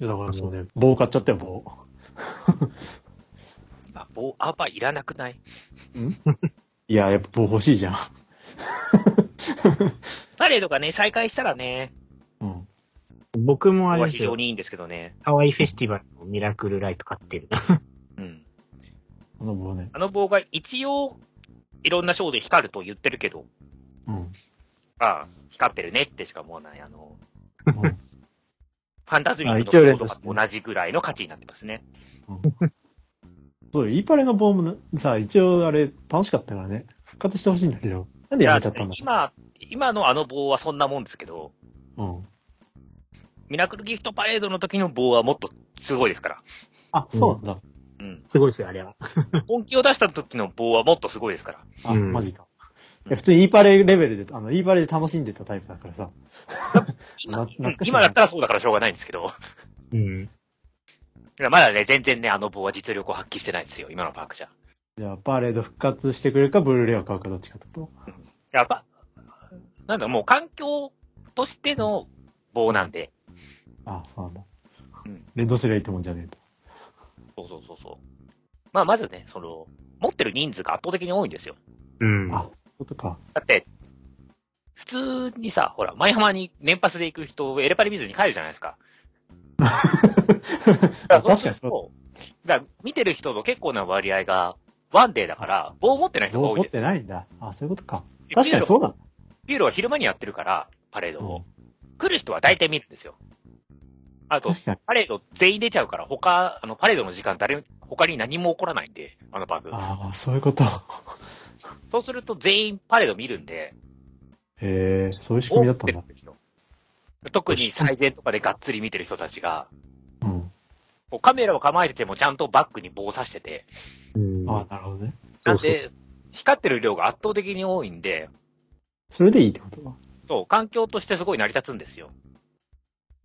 Speaker 3: いやだからそうね、棒買っちゃったよ、棒。
Speaker 1: 今、棒、アバいらなくない
Speaker 3: いや、やっぱ棒欲しいじゃん。
Speaker 1: パレードがね、再開したらね、
Speaker 3: うん。
Speaker 2: 僕もあ
Speaker 1: は
Speaker 2: れ
Speaker 1: 非
Speaker 2: です
Speaker 1: 常
Speaker 2: よ。
Speaker 1: にいいんですけどね。
Speaker 2: ハワイフェスティバルのミラクルライト買ってる。
Speaker 1: うん。
Speaker 3: この棒ね。
Speaker 1: あの棒が一応、いろんなショーで光ると言ってるけど、
Speaker 3: うん。
Speaker 1: ああ、光ってるねってしか思わない。あの、
Speaker 3: うん
Speaker 1: ファンタズミック
Speaker 3: あ
Speaker 1: の
Speaker 3: 一応連
Speaker 1: コ
Speaker 3: 打
Speaker 1: ー
Speaker 3: して
Speaker 1: ドが同じぐらいの価値になってますね。
Speaker 3: そう、イーパレの棒もなさ、一応あれ楽しかったからね。復活してほしいんだけど。なんでやめちゃったんだ
Speaker 1: 今、今のあの棒はそんなもんですけど、
Speaker 3: うん。
Speaker 1: ミラクルギフトパレードの時の棒はもっとすごいですから。
Speaker 3: あ、そうなんだ。
Speaker 1: うん。
Speaker 2: すごいですよ、あれは。
Speaker 1: 本気を出した時の棒はもっとすごいですから。
Speaker 3: あ、
Speaker 2: うん
Speaker 3: マジか。いや、普通にイーパレレベルで、あの、イーパレで楽しんでたタイプだ からさ。
Speaker 1: 今
Speaker 3: な懐かしい
Speaker 1: 今だったらそうだからしょうがないんですけど。
Speaker 2: うん。
Speaker 1: いやまだね、全然ね、あの棒は実力を発揮してないんですよ、今のパークじゃ。い
Speaker 3: じゃあ、パレード復活してくれるか、ブルーレイを買うかどっちかだと。
Speaker 1: やっぱ、なんだ、もう環境としての棒なんで。
Speaker 3: あ、そうなんだ。
Speaker 1: うん
Speaker 3: 連動すりゃいいってもんじゃねえと。
Speaker 1: そうそうそうそう。まあ、まずね、その、持ってる人数が圧倒的に多いんですよ。
Speaker 2: うん。
Speaker 3: あ、そういうことか。
Speaker 1: だって、普通にさ、ほら、舞浜に年パスで行く人、エレパリ水に帰るじゃないですか。だら
Speaker 3: 確かにそう
Speaker 1: そう。だから見てる人の結構な割合が、ワンデーだから、棒持ってない人が
Speaker 3: ど
Speaker 1: 多
Speaker 3: う
Speaker 1: い
Speaker 3: 持
Speaker 1: で
Speaker 3: っ
Speaker 1: す。
Speaker 3: てないんだ。あ、そういうことか。確かにそうだ。
Speaker 1: ピューロは昼間にやってるから、パレードを。
Speaker 3: う
Speaker 1: 来る人は大体見るんですよ。あ
Speaker 3: ん
Speaker 1: と、
Speaker 3: 確かに。
Speaker 1: パレード全員出ちゃうから、他、あの、パレードの時間誰も、他に何も起こらないんで、あのパーク。
Speaker 3: ああ、そういうこと。
Speaker 1: そうすると全員パレード見るんで、
Speaker 3: へえ、そういう仕組みだったんだ
Speaker 1: 多く。てですよ特に最前とかでがっつり見てる人たちが、
Speaker 3: うん。
Speaker 1: こうカメラを構えててもちゃんとバックに棒を刺してて、
Speaker 2: うん。
Speaker 3: あなるほどね。
Speaker 1: な
Speaker 2: そ
Speaker 1: ん
Speaker 2: うそうそ
Speaker 1: で、
Speaker 2: う
Speaker 1: 光ってる量が圧倒的に多いんで、
Speaker 3: それでいいってことか。
Speaker 1: そう、環境としてすごい成り立つんですよ。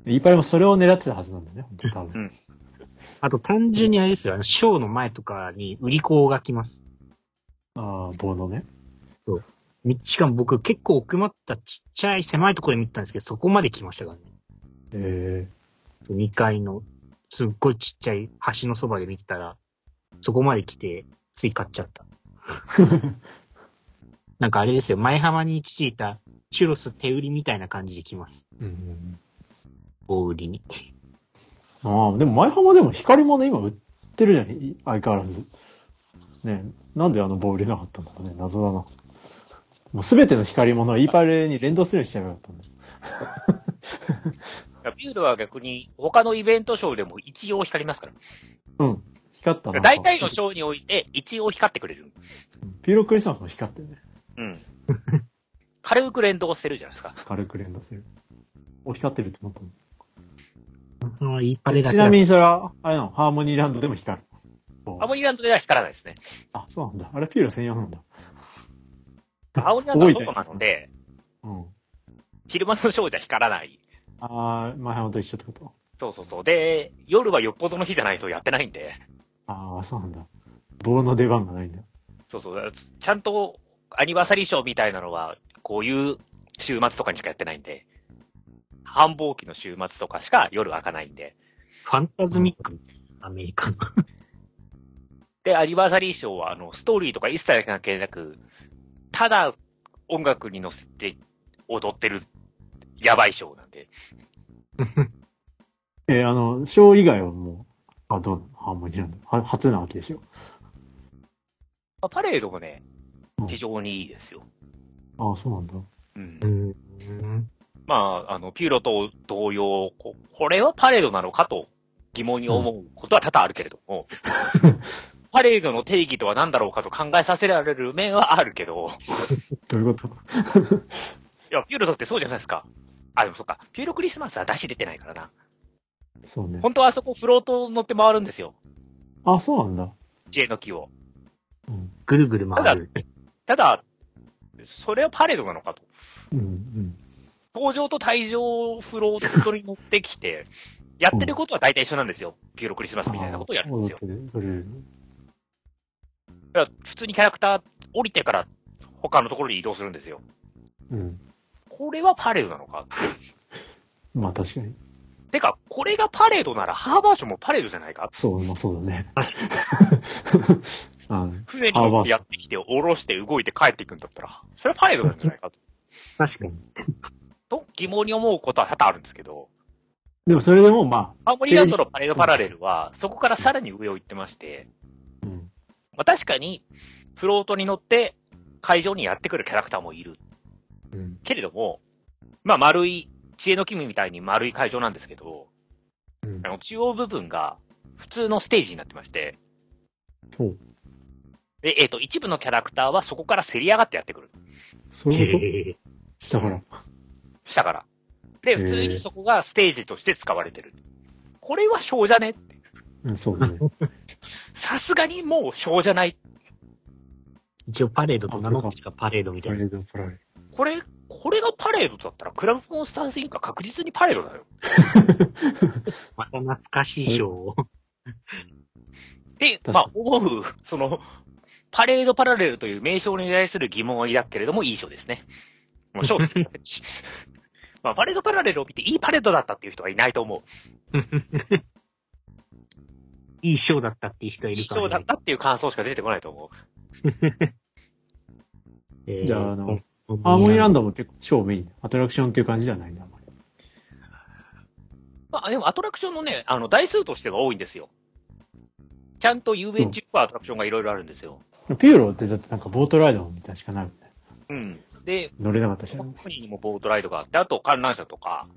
Speaker 3: イーパレもそれを狙ってたはずなんだよね、本当多
Speaker 1: うん
Speaker 3: 分。
Speaker 2: あと単純にあれですよ、あの、ショーの前とかに売り子が来ます。
Speaker 3: ああ、棒のね。
Speaker 2: みしかも僕結構奥まったちっちゃい狭いところで見てたんですけど、そこまで来ましたからね。
Speaker 3: へ
Speaker 2: 2階の、すっごいちっちゃい橋のそばで見てたら、そこまで来て、つい買っちゃ った。なんかあれですよ、前浜に一時いた、チュロス手売りみたいな感じで来ます。
Speaker 3: え。うん。
Speaker 2: 大売りに。
Speaker 3: ああ、でも前浜でも光もね、今売ってるじゃん、い相変わらず。ねえなんであの棒売れなかったんだろうね、謎だな。もうすべての光物を E パレに連動するようにしちゃえばよかったんだよ。
Speaker 1: だからビューロは逆に、他のイベントショーでも一応光りますから。
Speaker 3: うん。光ったな。
Speaker 1: 大体の
Speaker 3: ピ
Speaker 1: ショーにおいて、一応光ってくれる。
Speaker 3: ューロクリスマスも光ってるね。
Speaker 1: うん。軽く連動してるじゃないですか。
Speaker 3: 軽く連動する。お、光ってるって思ったんだ
Speaker 2: ああ、いいパレだ
Speaker 3: ち
Speaker 2: け
Speaker 3: な
Speaker 2: だ
Speaker 3: みにそれは、あれなの、ハーモニーランドでも光る。
Speaker 1: ハーモニーランドでは光らないですね。
Speaker 3: あ、そうなんだ。あれピューロ専用なんだ。
Speaker 1: ハーモニーランドは外なので、
Speaker 3: うん。
Speaker 1: 昼間のショーじゃ光らない。
Speaker 3: ああ、前浜と一緒ってこと
Speaker 1: そうそうそう。で、夜はよっぽどの日じゃないとやってないんで、
Speaker 3: ああ、そうなんだ。棒の出番がないんだ。
Speaker 1: そうそう。ちゃんとアニバーサリーショーみたいなのは、こういう週末とかにしかやってないんで、繁忙期の週末とかしか夜開かないんで。
Speaker 2: ファンタズミックみたいな、アメリカの。
Speaker 1: で、アニバーサリーショーは、あの、ストーリーとか一切関係なく、ただ音楽に乗せて踊ってる、やばいショーなんで。
Speaker 3: えーあの、ショー以外はもう、あ、どうなのハーモニーランド。は、初なわけでしょ。
Speaker 1: まあパレードもね
Speaker 3: う、ん
Speaker 1: 非常にいいですよ。
Speaker 3: ああ、そうなんだ。
Speaker 1: うん。
Speaker 2: うん。
Speaker 1: まあ、あの、ピューロと同様、ここれはパレードなのかと疑問に思うことは多々あるけれども、 パレードの定義とは何だろうかと考えさせられる面はあるけど、
Speaker 3: どういうこと
Speaker 1: いや、ピューロだってそうじゃないですか。あ、でもそっか、ピューロクリスマスは出汁出てないからな。
Speaker 3: そうね。
Speaker 1: 本当はあそこフロート乗って回るんですよ。
Speaker 3: あ、そうなんだ。
Speaker 1: 知恵の木を。
Speaker 3: うん。
Speaker 2: ぐるぐる回る。
Speaker 1: ただ、それはパレードなのかと。
Speaker 3: うん、うん。
Speaker 1: 登場と退場フロートに乗ってきて、やってることは大体一緒なんですよ。ピューロクリスマスみたいなことをやるんですよ
Speaker 3: あ。ー踊ってる踊る
Speaker 1: だから普通にキャラクター降りてから他のところに移動するんですよ。
Speaker 3: うん。
Speaker 1: これはパレードなのか
Speaker 3: まあ確かに。
Speaker 1: てか、これがパレードならハーバーションもパレードじゃないか
Speaker 3: そう、まあそうだね。うん。
Speaker 1: 船に乗ってやってきて、下ろして動いて帰っていくんだったら、それはパレードなんじゃないかと。
Speaker 2: 確かに。
Speaker 1: と疑問に思うことは多々あるんですけど、
Speaker 3: でもそれでもま
Speaker 1: ハーモニーアートのパレードパラレルは、そこからさらに上を行ってまして、
Speaker 3: あ、うん。
Speaker 1: まあ、確かに、フロートに乗って会場にやってくるキャラクターもいる。
Speaker 3: うん。
Speaker 1: けれども、まあ丸い、知恵の君みたいに丸い会場なんですけど、
Speaker 3: うん
Speaker 1: あの中央部分が普通のステージになってまして、
Speaker 3: ほう
Speaker 1: で、えっ、と、一部のキャラクターはそこからせり上がってやってくる。
Speaker 3: そういうこと
Speaker 2: ええ
Speaker 3: 下から。
Speaker 1: 下から。で、
Speaker 3: へー
Speaker 1: 普通にそこがステージとして使われてる。これは小じゃねって
Speaker 3: うん、そうだ ね。
Speaker 1: さすがにもう小じゃない。
Speaker 2: 一応パレードと名乗ってかパレードみた
Speaker 3: パ
Speaker 2: い
Speaker 3: レ
Speaker 2: な。
Speaker 3: ードパラレル。
Speaker 1: これ、これがパレードだったら、クラブモンスターズインカ確実にパレードだよ。
Speaker 2: また懐かしい賞を。
Speaker 1: で、
Speaker 3: 確かに
Speaker 1: まあ、思う、その、パレードパラレルという名称に対する疑問を抱くけれども、いい賞ですね。もう賞 まあ、パレードパラレルを見て、いいパレードだったっていう人はいないと思
Speaker 2: いい賞だったっていう人
Speaker 1: う。
Speaker 2: がい
Speaker 1: いい
Speaker 2: るから、
Speaker 1: 賞だったっていう感想しか出てこないと思う。
Speaker 2: ええ
Speaker 3: じゃああの、ハ
Speaker 2: ハ
Speaker 3: ーモニーラン
Speaker 2: ド。
Speaker 3: ドも結構超メイン。アトラクションっていう感じではないんだ、あんまり。
Speaker 1: まあ、でもアトラクションのね、あの、台数としては多いんですよ。ちゃんと遊園地っぽいアトラクションがいろいろあるんですよ。
Speaker 3: ピューロってだってなんかボートライドみたいなしかないみたい
Speaker 1: うん。で、
Speaker 3: な。乗れなかったし。
Speaker 1: この国にもボートライドがあって、あと観覧車とか、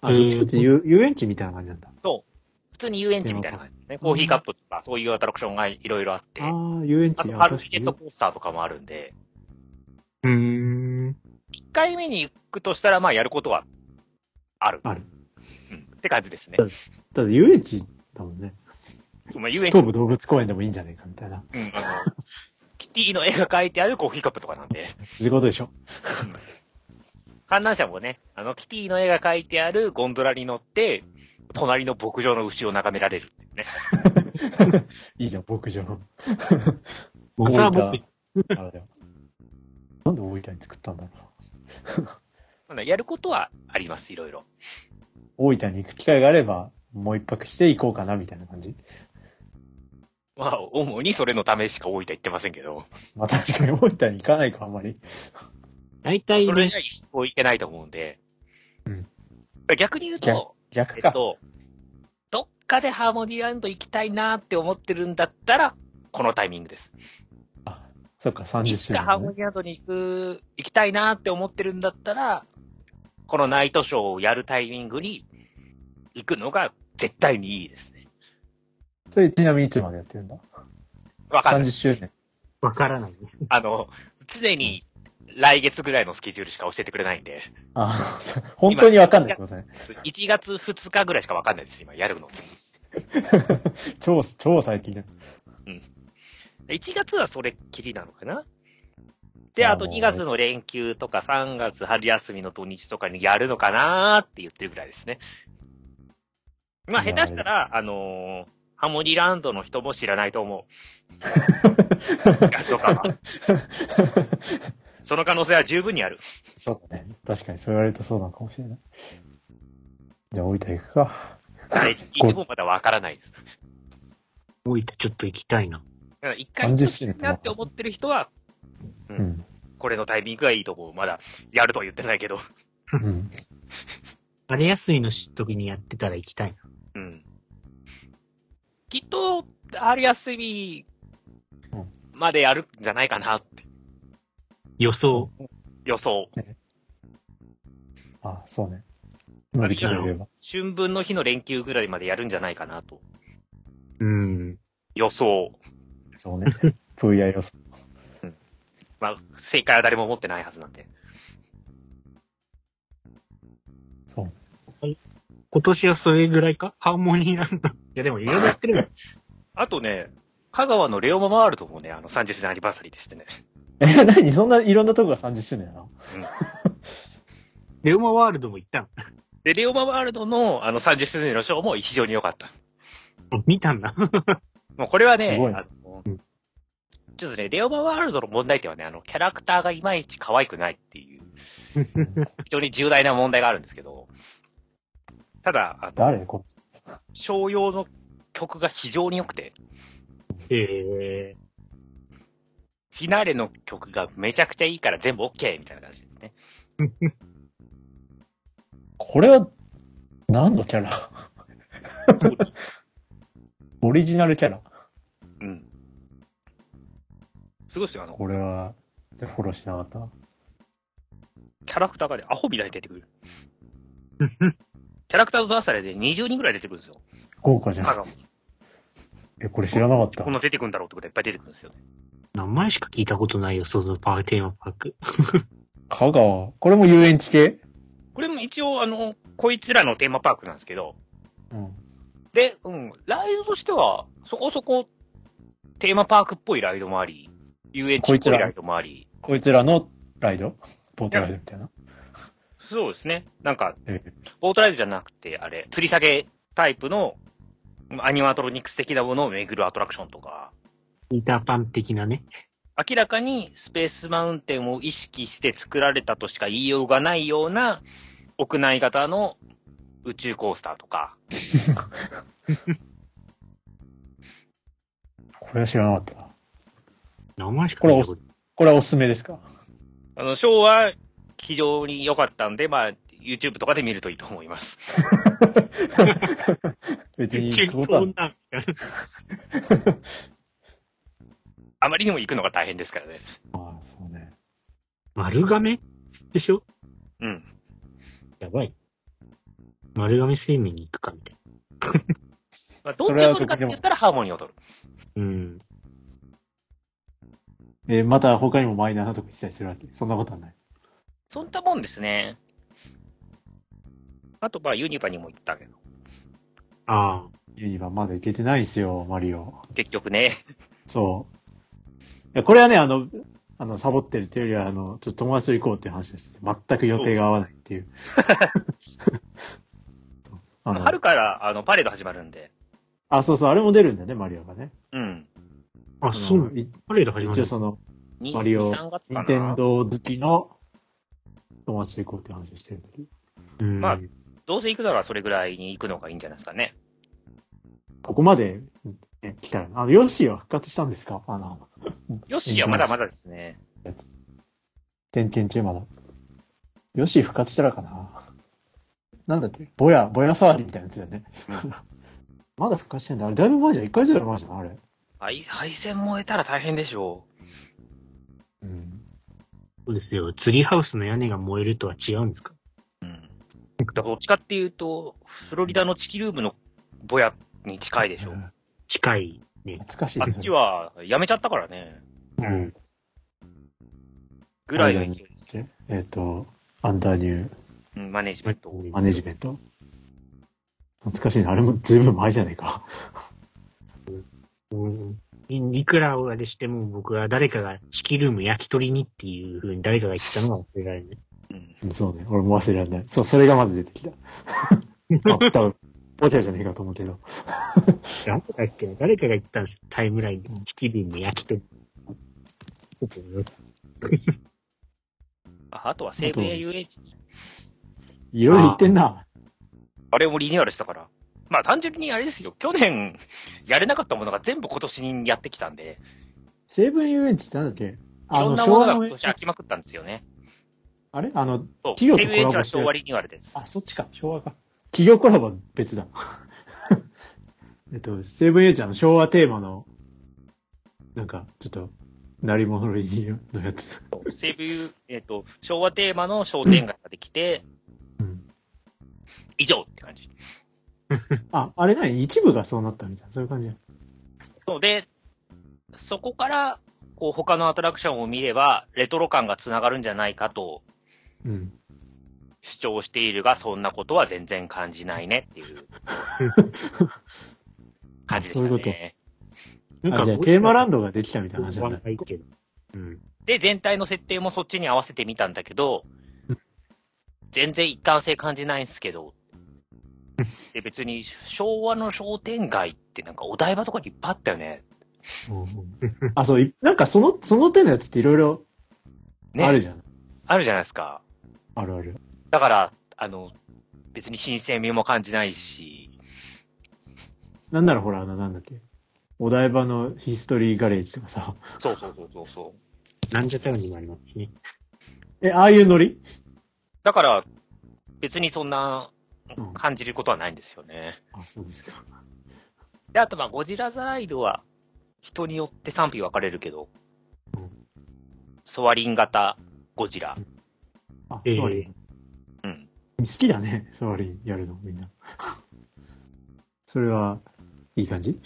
Speaker 3: あ、どっちこっち遊遊園地みたいな感じなんだ。
Speaker 1: 普通に遊園地みたいな感じですね。コーヒーカップとか、そういうアトラクションがいろいろあって、あ
Speaker 3: ああ、遊園地。
Speaker 1: と、
Speaker 3: あ
Speaker 1: ハル
Speaker 3: 確
Speaker 1: ジェ
Speaker 3: か
Speaker 1: ッ
Speaker 3: に
Speaker 1: トコースターとかもあるんで、
Speaker 2: うーん。
Speaker 1: 1回目に行くとしたら、まあ、やることはある。
Speaker 3: ある
Speaker 1: うん。って感じですね
Speaker 3: う。んただ遊園地だもんね。
Speaker 1: まあ、遊園地、
Speaker 3: 東武動物公園でもいいんじゃないかみたいな。
Speaker 1: うん、あの、キティの絵が描いてあるコーヒーカップとかなん で、
Speaker 3: そういうことでしょ
Speaker 1: 観覧車もね、あの、キティの絵が描いてあるゴンドラに乗って、隣の牧場の牛を眺められるっていうね。
Speaker 3: いいじゃん、牧場。
Speaker 2: 僕は僕
Speaker 3: 大分あれだよ。なんで大分に作ったんだろう。
Speaker 1: まあねやることはあります、いろいろ。
Speaker 3: 大分に行く機会があれば、もう一泊して行こうかな、みたいな感じ。
Speaker 1: まあ、主にそれのためしか大分行ってませんけど、
Speaker 3: まあ確かに大分に行かないか、あんまり。
Speaker 2: 大
Speaker 1: そ
Speaker 2: 体
Speaker 1: れに
Speaker 2: ね、
Speaker 1: は一生行けないと思うんで。
Speaker 3: うん
Speaker 1: 逆に言う
Speaker 3: 逆
Speaker 1: と、
Speaker 3: 逆
Speaker 1: え
Speaker 3: か。
Speaker 1: っと、どっかでハーモニーランド行きたいなって思ってるんだったら、このタイミングです。
Speaker 3: そっか、30
Speaker 1: い
Speaker 3: 周
Speaker 1: つかハー
Speaker 3: 年、
Speaker 1: モ
Speaker 3: ね
Speaker 1: ニ。ーランドに行く、行きたいなって思ってるんだったら、このナイトショーをやるタイミングに行くのが絶対にいいですね。
Speaker 3: それちなみにいつまでやってるんだ
Speaker 1: わかんな
Speaker 3: ?30
Speaker 1: い。
Speaker 3: 周年。
Speaker 2: わからないね。
Speaker 1: あの、常に来月ぐらいのスケジュールしか教えてくれないんで、
Speaker 3: ああ、本当にわかんないってことね。
Speaker 1: 1月2日ぐらいしかわかんないです、今やるの。
Speaker 3: 超、超最近だよ。
Speaker 1: 1月はそれっきりなのかなで、あと2月の連休とか3月春休みの土日とかにやるのかなーって言ってるぐらいですね。まあ、下手したら、あのーハモニランドの人も知らないと思う。とかはその可能性は十分にある。
Speaker 3: そうだね。確かに、そう言われるとそうなのかもしれない。じゃあ、大分行くか。
Speaker 1: あれ聞いてもまだわからないです。だ
Speaker 2: 大分ちょっと行きたいな。
Speaker 1: から一回行ってほしいなって思ってる人は、う
Speaker 3: うんん。
Speaker 1: これのタイミングがいいと思う。まだ、やるとは言ってないけど。
Speaker 3: うん。
Speaker 2: あれ休みの時にやってたら行きたいな。
Speaker 1: うん。きっと、春休み
Speaker 3: うん
Speaker 1: までやるんじゃないかなって
Speaker 2: 予想。
Speaker 1: 予想。
Speaker 3: あ、そうね。今できれば。
Speaker 1: 春分の日の連休ぐらいまでやるんじゃないかなと。
Speaker 2: うん。
Speaker 1: 予想。
Speaker 3: そうね。VR 予想。
Speaker 1: まあ、正解は誰も持ってないはずなんで。
Speaker 3: そう。
Speaker 2: 今年はそれぐらいかハーモニーランド。いやでもいろいろやってるよ。
Speaker 1: あとね、香川のレオマワールドもね、あの30周年アニバーサリーでしてね。
Speaker 3: え、何そんないろんなとこが30周年なの
Speaker 2: レオマワールドも行った
Speaker 1: で、レオマワールドのあの30周年のショーも非常に良かった。
Speaker 2: の。見たんだ。
Speaker 1: もうこれはね、
Speaker 3: すごいね
Speaker 1: あの
Speaker 3: うん
Speaker 1: ちょっとね、レオマワールドの問題点はね、あの、キャラクターがいまいち可愛くないって いう。非常に重大な問題があるんですけど、ただ、あの、
Speaker 3: 誰こ
Speaker 1: 商用の曲が非常に良くて、
Speaker 2: ええ
Speaker 1: フィナーレの曲がめちゃくちゃいいから全部 OK! みたいな感じですね。
Speaker 3: これは、何のキャラ オリジナルキャラ。
Speaker 1: うん。すごいっすよ、あの、
Speaker 3: これは、じゃあフォローしなかった。
Speaker 1: キャラクターがね、アホみたいに出てくる。キャラクターズバーサリーで20人ぐらい出てくるんですよ。
Speaker 3: 豪華じゃ
Speaker 1: あ
Speaker 3: ん。
Speaker 1: の
Speaker 3: え、これ知らなかっ
Speaker 1: こ
Speaker 3: た。
Speaker 1: んな出てくるんだろうってことはいっぱい出てくるんですよね。
Speaker 2: 名前しか聞いたことないよ、そのパーテーマパーク。
Speaker 3: 香川。これも遊園地系
Speaker 1: これも一応、あの、こいつらのテーマパークなんですけど、
Speaker 3: うん。
Speaker 1: で、うん、ライドとしては、そこそこ、テーマパークっぽいライドもあり、遊園地っぽいライドもあり、
Speaker 3: こいつらのライドボートライドみたいな。
Speaker 1: そうですね。なんか、
Speaker 3: え
Speaker 1: ボートライドじゃなくて、あれ、吊り下げタイプの、アニマトロニクス的なものを巡るアトラクションとか、
Speaker 2: ピーターパン的なね。
Speaker 1: 明らかにスペースマウンテンを意識して作られたとしか言いようがないような、屋内型の宇宙コースターとか、
Speaker 3: これは知らなかったな。
Speaker 2: 名前しか聞いたこと
Speaker 3: これはおすすめです か
Speaker 1: あの、ショーは非常に良かったんで、まあ、YouTube とかで見るといいと思います。
Speaker 3: 別に行
Speaker 2: 結
Speaker 3: くことは
Speaker 2: 構、な。
Speaker 1: あまりにも行くのが大変ですからね。
Speaker 3: まあ、そうね。
Speaker 2: 丸亀でしょ
Speaker 1: うん。
Speaker 2: やばい。丸亀製麺に行くかみたい
Speaker 1: まあ、どっ
Speaker 3: そ
Speaker 1: ち
Speaker 3: れは
Speaker 1: を取るかって言ったらハーモニーを取る。
Speaker 2: な。うん。
Speaker 3: えまた他にもマイナーなとこ行ったりするわけそんなことはない。
Speaker 1: そんなもんですね。あと、まあ、ユニバにも行ったけど、
Speaker 2: ああ。
Speaker 3: ユニバまだ行けてないんすよ、マリオ。
Speaker 1: 結局ね。
Speaker 3: そう。いや、これはね、あの、あの、サボってるっていうよりは、あの、ちょっと友達と行こうっていう話です。全く予定が合わないっ ていう。そうあの
Speaker 1: 春から、あの、パレード始まるんで。
Speaker 3: あ、そうそう、あれも出るんだよね、マリオがね。
Speaker 1: うん。
Speaker 2: あ、そうなの。
Speaker 3: い
Speaker 2: パレード始ま
Speaker 3: 一
Speaker 2: る
Speaker 3: 応。その、
Speaker 1: に
Speaker 3: マリオ
Speaker 1: に3月か
Speaker 3: 任
Speaker 1: な。
Speaker 3: 天堂好きの友達と行こうっていう話をしてるんだけど。
Speaker 2: うん。
Speaker 1: まあどうせ行くならそれぐらいに行くのがいいんじゃないですかね。
Speaker 3: ここまで、ね、来たら、あの、ヨッシーは復活したんですかあの、
Speaker 1: よし、いや、まだまだですね。
Speaker 3: 点検中まだ。ヨッシー復活したらかななんだっけぼや、ぼや騒ぎみたいなやつだよね。まだ復活してんだ。あれ、だいぶ前じゃん。1回ずらい前じゃん、あれ。
Speaker 1: 敗敗戦燃えたら大変でしょ
Speaker 3: うん。
Speaker 2: そうですよ。ツリーハウスの屋根が燃えるとは違うんですか
Speaker 1: う。うん。だからどっちかっていうと、フロリダのチキルームのボヤに近いでしょ。
Speaker 2: 近いね。
Speaker 3: 懐かしい
Speaker 1: あっちはやめちゃったからね。
Speaker 2: うん。
Speaker 1: ぐらいの勢いです。
Speaker 3: えっ、と、アンダーニュー
Speaker 1: うん、マネジメント。
Speaker 3: マネジメント。懐かしいな。あれもずいぶん前じゃねえか。
Speaker 2: うんいいくらあれしても僕は誰かがチキルーム焼き鳥にっていう風に誰かが言ってたのが忘れられない。
Speaker 1: うん。
Speaker 3: うんそうね。俺も忘れられない。そう、それがまず出て きた。あ、多分、ボチャじゃねえかと思うけど。
Speaker 2: 誰かだっけな誰かが言ってたんですよ。タイムラインで。チキルーム焼き鳥。ちょっとね
Speaker 1: ああとは西武園遊園地。
Speaker 3: いろいろ言ってんな。
Speaker 1: あれもリニューアルしたから。まあ単純にあれですよ。去年 やれなかったものが全部今年にやってきたんで、
Speaker 3: 西武遊園地ってなんだっけ
Speaker 1: いろんなものが今年飽きまくったんですよね。
Speaker 3: あれあの、
Speaker 1: そう。西
Speaker 3: 企業
Speaker 1: 武
Speaker 3: とコ
Speaker 1: 園
Speaker 3: ラ
Speaker 1: 地は
Speaker 3: ボしてる
Speaker 1: 昭和リニューアルです。
Speaker 3: あ、そっちか、昭和か。企業コラボは別だ。 えっと、セブンエイジャーの昭和テーマの、なんか、ちょっと、なり物入りのやつ。
Speaker 1: 西武、えっ、と、昭和テーマの商店街ができて、
Speaker 3: うん。
Speaker 1: 以上って感じ。
Speaker 3: あ、あれ何一部がそうなったみたいな、そういう感じ。
Speaker 1: ので、そこから、こう、他のアトラクションを見れば、レトロ感がつながるんじゃないかと
Speaker 3: うん。
Speaker 1: 主張しているが、そんなことは全然感じないねっていう 感じでした
Speaker 3: そういうこと
Speaker 1: ね。
Speaker 2: なん
Speaker 3: あ、
Speaker 2: か
Speaker 3: じゃあテーマラン
Speaker 2: ド
Speaker 3: ドができたみたいな話なんだ。
Speaker 2: ないけど。うん。
Speaker 1: で、全体の設定もそっちに合わせてみたんだけど、全然一貫性感じないんですけど、で別に昭和の商店街ってなんかお台場とかにいっぱいあったよね。
Speaker 3: あ、そう、いなんかその、その手のやつっていろいろ
Speaker 1: ね。
Speaker 3: あるじゃん。
Speaker 1: あるじゃないですか。
Speaker 3: あるある。
Speaker 1: だから、あの、別に新鮮味も感じないし、
Speaker 3: なんならほら、あの、なんだっけ。お台場のヒストリーガレージとかさ。
Speaker 1: そうそうそうそうそう。
Speaker 2: なんじゃったようにもありますしね。
Speaker 3: え、ああいうノリ
Speaker 1: だから、別にそんな感じることはないんですよね。
Speaker 3: あ、そうですか。
Speaker 1: で、あと、まあ、ゴジラザライドは、人によって賛否分かれるけど、ソワリン型ゴジラ。
Speaker 3: あ、
Speaker 2: ええ
Speaker 3: ソワリン。
Speaker 1: うん。
Speaker 3: 好きだね、ソワリンやるの、みんな。 それは、いい感じ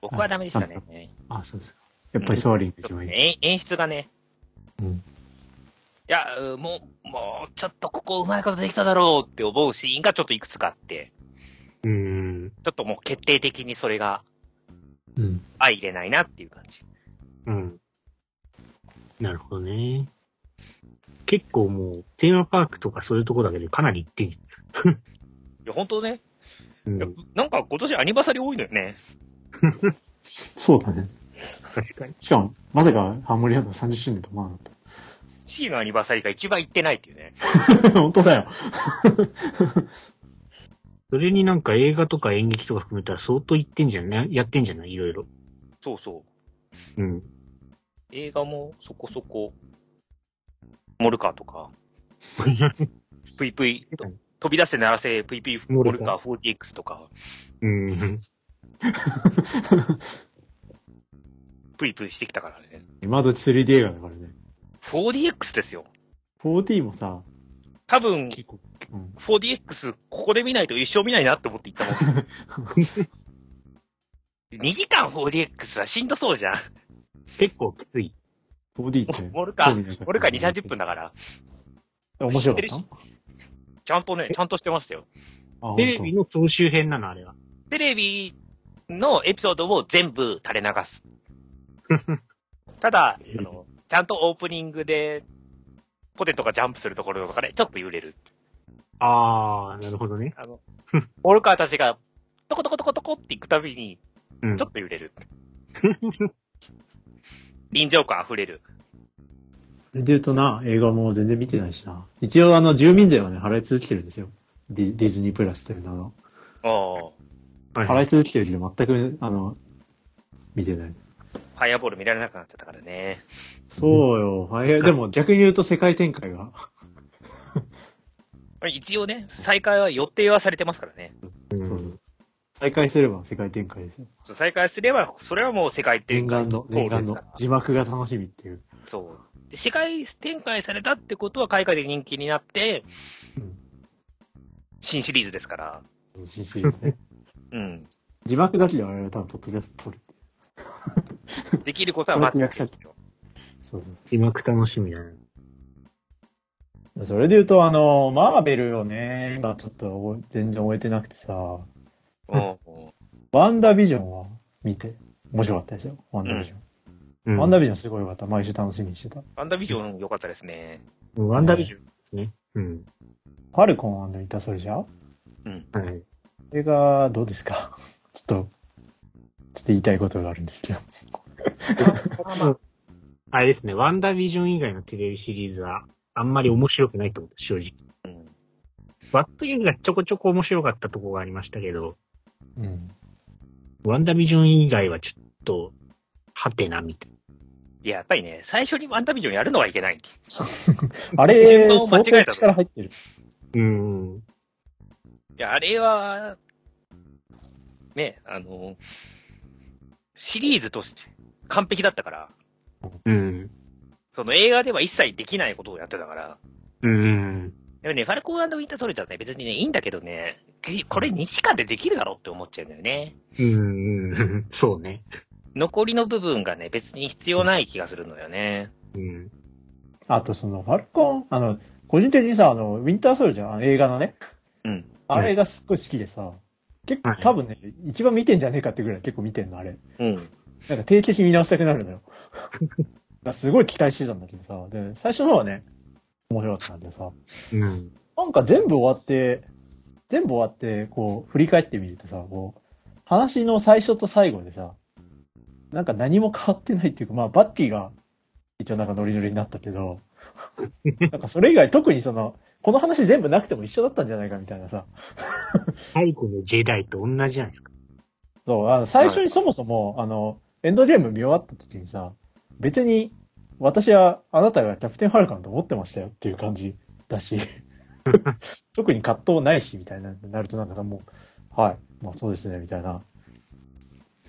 Speaker 1: 僕はダメでしたね。
Speaker 3: あ、そうですか。やっぱりソワリンが一番いい。
Speaker 1: 演演出がね、
Speaker 3: うん
Speaker 1: いや、うもう、もう、ちょっとここうまいことできただろうって思うシーンがちょっといくつかあって、
Speaker 2: うーん。
Speaker 1: ちょっともう決定的にそれが
Speaker 3: うん。
Speaker 1: 相入れないなっていう感じ。
Speaker 2: うん。なるほどね。結構もう、テーマパークとかそういうとこだけでかなり行ってる。
Speaker 1: いや、本当ね、
Speaker 2: うん
Speaker 1: いやなんか今年アニバーサリー多いのよね。
Speaker 3: そうだね。
Speaker 2: 確かに。
Speaker 3: しかも、まさかハーモリアンド30周年と思わなかっ
Speaker 1: C のアニバーサリーが一番行ってないっていうね。
Speaker 3: た。 本当だよ。
Speaker 2: それになんか映画とか演劇とか含めたら相当行ってんじゃないやってんじゃないいろいろ。
Speaker 1: そうそう。
Speaker 2: うん。
Speaker 1: 映画もそこそこ、モルカーと か、プイプイ、と飛び出して鳴らせ、プイプイモ
Speaker 2: モ
Speaker 1: ル
Speaker 2: ル
Speaker 1: カ
Speaker 2: カ
Speaker 1: ー 40X とか、
Speaker 2: うん。
Speaker 1: プイプイしてきたからね。
Speaker 3: 今どっち 3D 映画だからね。
Speaker 1: 4DX ですよ。
Speaker 3: 4D もさ、
Speaker 1: 多分、
Speaker 3: 結構、うん。
Speaker 1: 4DX、ここで見ないと一生見ないなって思って行った もん。2時間 4DX はしんどそうじゃん。
Speaker 2: 結構きつい。
Speaker 3: 4D って。
Speaker 1: モルカ
Speaker 3: 興味なかった、
Speaker 1: モルカ2、30分だから。
Speaker 3: 面白かっ
Speaker 1: 知って
Speaker 3: た
Speaker 1: ちゃんとね、ちゃんとしてましたよ。
Speaker 3: あ、
Speaker 2: テレビの総集編なの、あれは。
Speaker 1: テレビのエピソードを全部垂れ流 す。ただ、あの、ちゃんとオープニングで、ポテトがジャンプするところとかで、ちょっと揺れる。
Speaker 2: あー、なるほどね。
Speaker 1: あの、モルカーたちが、トコトコトコトコって行くたびに、
Speaker 2: うん
Speaker 1: ちょ。っと揺れ る。臨場感溢れる。
Speaker 3: それで言うとな、映画も全然見てないしな。一応あの、住民税はね、払い続けてるんですよ。ディディズニープラスという名の。
Speaker 1: おー
Speaker 3: 払い続けてるけど全く、あの、見てない。
Speaker 1: ファイアボール見られなくなっちゃったからね。
Speaker 3: そうよ。あいや、 でも逆に言うと世界展開が。
Speaker 1: 一応ね、再開は予定はされてますからね。
Speaker 2: うん
Speaker 3: そうそう。再開すれば世界展開ですよ。
Speaker 1: そう再開すれば、それはもう世界展
Speaker 3: 念
Speaker 1: 開
Speaker 3: 願の、
Speaker 1: ゴー
Speaker 3: 念
Speaker 1: ルで
Speaker 3: 願
Speaker 1: す
Speaker 3: の
Speaker 1: から。
Speaker 3: 字幕が楽しみっていう。
Speaker 1: そう。で世界展開されたってことは海外で人気になって、
Speaker 3: うん
Speaker 1: 新シリーズですから。
Speaker 3: 新シリーズね。
Speaker 1: うん。
Speaker 3: 字幕だけで我々は多分ポッドキャスト撮るって。
Speaker 1: できることはまず
Speaker 3: それと役者そうそう。
Speaker 2: 字幕楽しみだね。
Speaker 3: それで言うと、あの、マーベルをね、今ちょっとお全然終えてなくてさ、
Speaker 1: うん
Speaker 3: ワンダービジョンは見て、面白かったですよ、ワンダービジョン。
Speaker 2: うん
Speaker 3: ワンダービジョンすごい良かった、毎週楽しみにしてた。
Speaker 1: アンダービジョン良かったですね。
Speaker 2: ワンダービジョンですね。うん。
Speaker 3: ファルコンイタソルジャー
Speaker 1: うん。
Speaker 2: はい。
Speaker 3: これが、どうですか ちょっと、ちょっと言いたいことがあるんですけど。
Speaker 2: あれですね、ワンダービジョン以外のテレビシリーズは、あんまり面白くないと思った、正直。
Speaker 1: うん
Speaker 2: バットユーがちょこちょこ面白かったとこがありましたけど、
Speaker 3: うん。
Speaker 2: ワンダービジョン以外はちょっと、はてな、みたいな。
Speaker 1: いや、やっぱりね、最初にアンダービジョンやるのはいけない。
Speaker 3: あ
Speaker 1: 順
Speaker 3: れ
Speaker 1: 番を、間違
Speaker 3: 相
Speaker 1: え
Speaker 3: 当
Speaker 1: た
Speaker 3: 力入ってる。
Speaker 2: うん。
Speaker 1: いや、あれは、ね、あの、シリーズとして完璧だったから、
Speaker 2: うん。
Speaker 1: その映画では一切できないことをやってたから、
Speaker 2: うん。
Speaker 1: でもね、ファルコンウィンターソルジャーね、別にね、いいんだけどね、きこれ2時間でできるだろうって思っちゃうんだよね。
Speaker 2: うん。そうね。
Speaker 1: 残りの部分がね、別に必要ない気がするのよね。
Speaker 2: うん。
Speaker 3: あと、その、ファルコン、あの、個人的にさ、あの、ウィンターソルジャー、あの映画のね、
Speaker 1: うん。
Speaker 3: あれがすっごい好きでさ、結構
Speaker 2: はい
Speaker 3: 多分ね、一番見てんじゃねえかってぐらい結構見てんの、あれ。
Speaker 1: うん。
Speaker 3: なんか定期的に見直したくなるのよ。 だからすごい期待してたんだけどさ、で、最初の方はね、面白かったんでさ、
Speaker 2: うん。
Speaker 3: なんか全部終わって、全部終わって、こう、振り返ってみるとさ、こう、話の最初と最後でさ、なんか何も変わってないっていうか、まあ、バッキーが、一応なんかノリノリになったけど、なんかそれ以外特にその、この話全部なくても一緒だったんじゃないかみたいなさ、
Speaker 2: 最後のジェダイと同じじゃないですか。
Speaker 3: そう、あの、最初にそもそも、あの、エンドゲーム見終わった時にさ、別に、私は、あなたがキャプテンファルカンと思ってましたよっていう感じだし、特に葛藤ないし、みたいな、なるとなんかさ、もう、はい、まあそうですね、みたいな。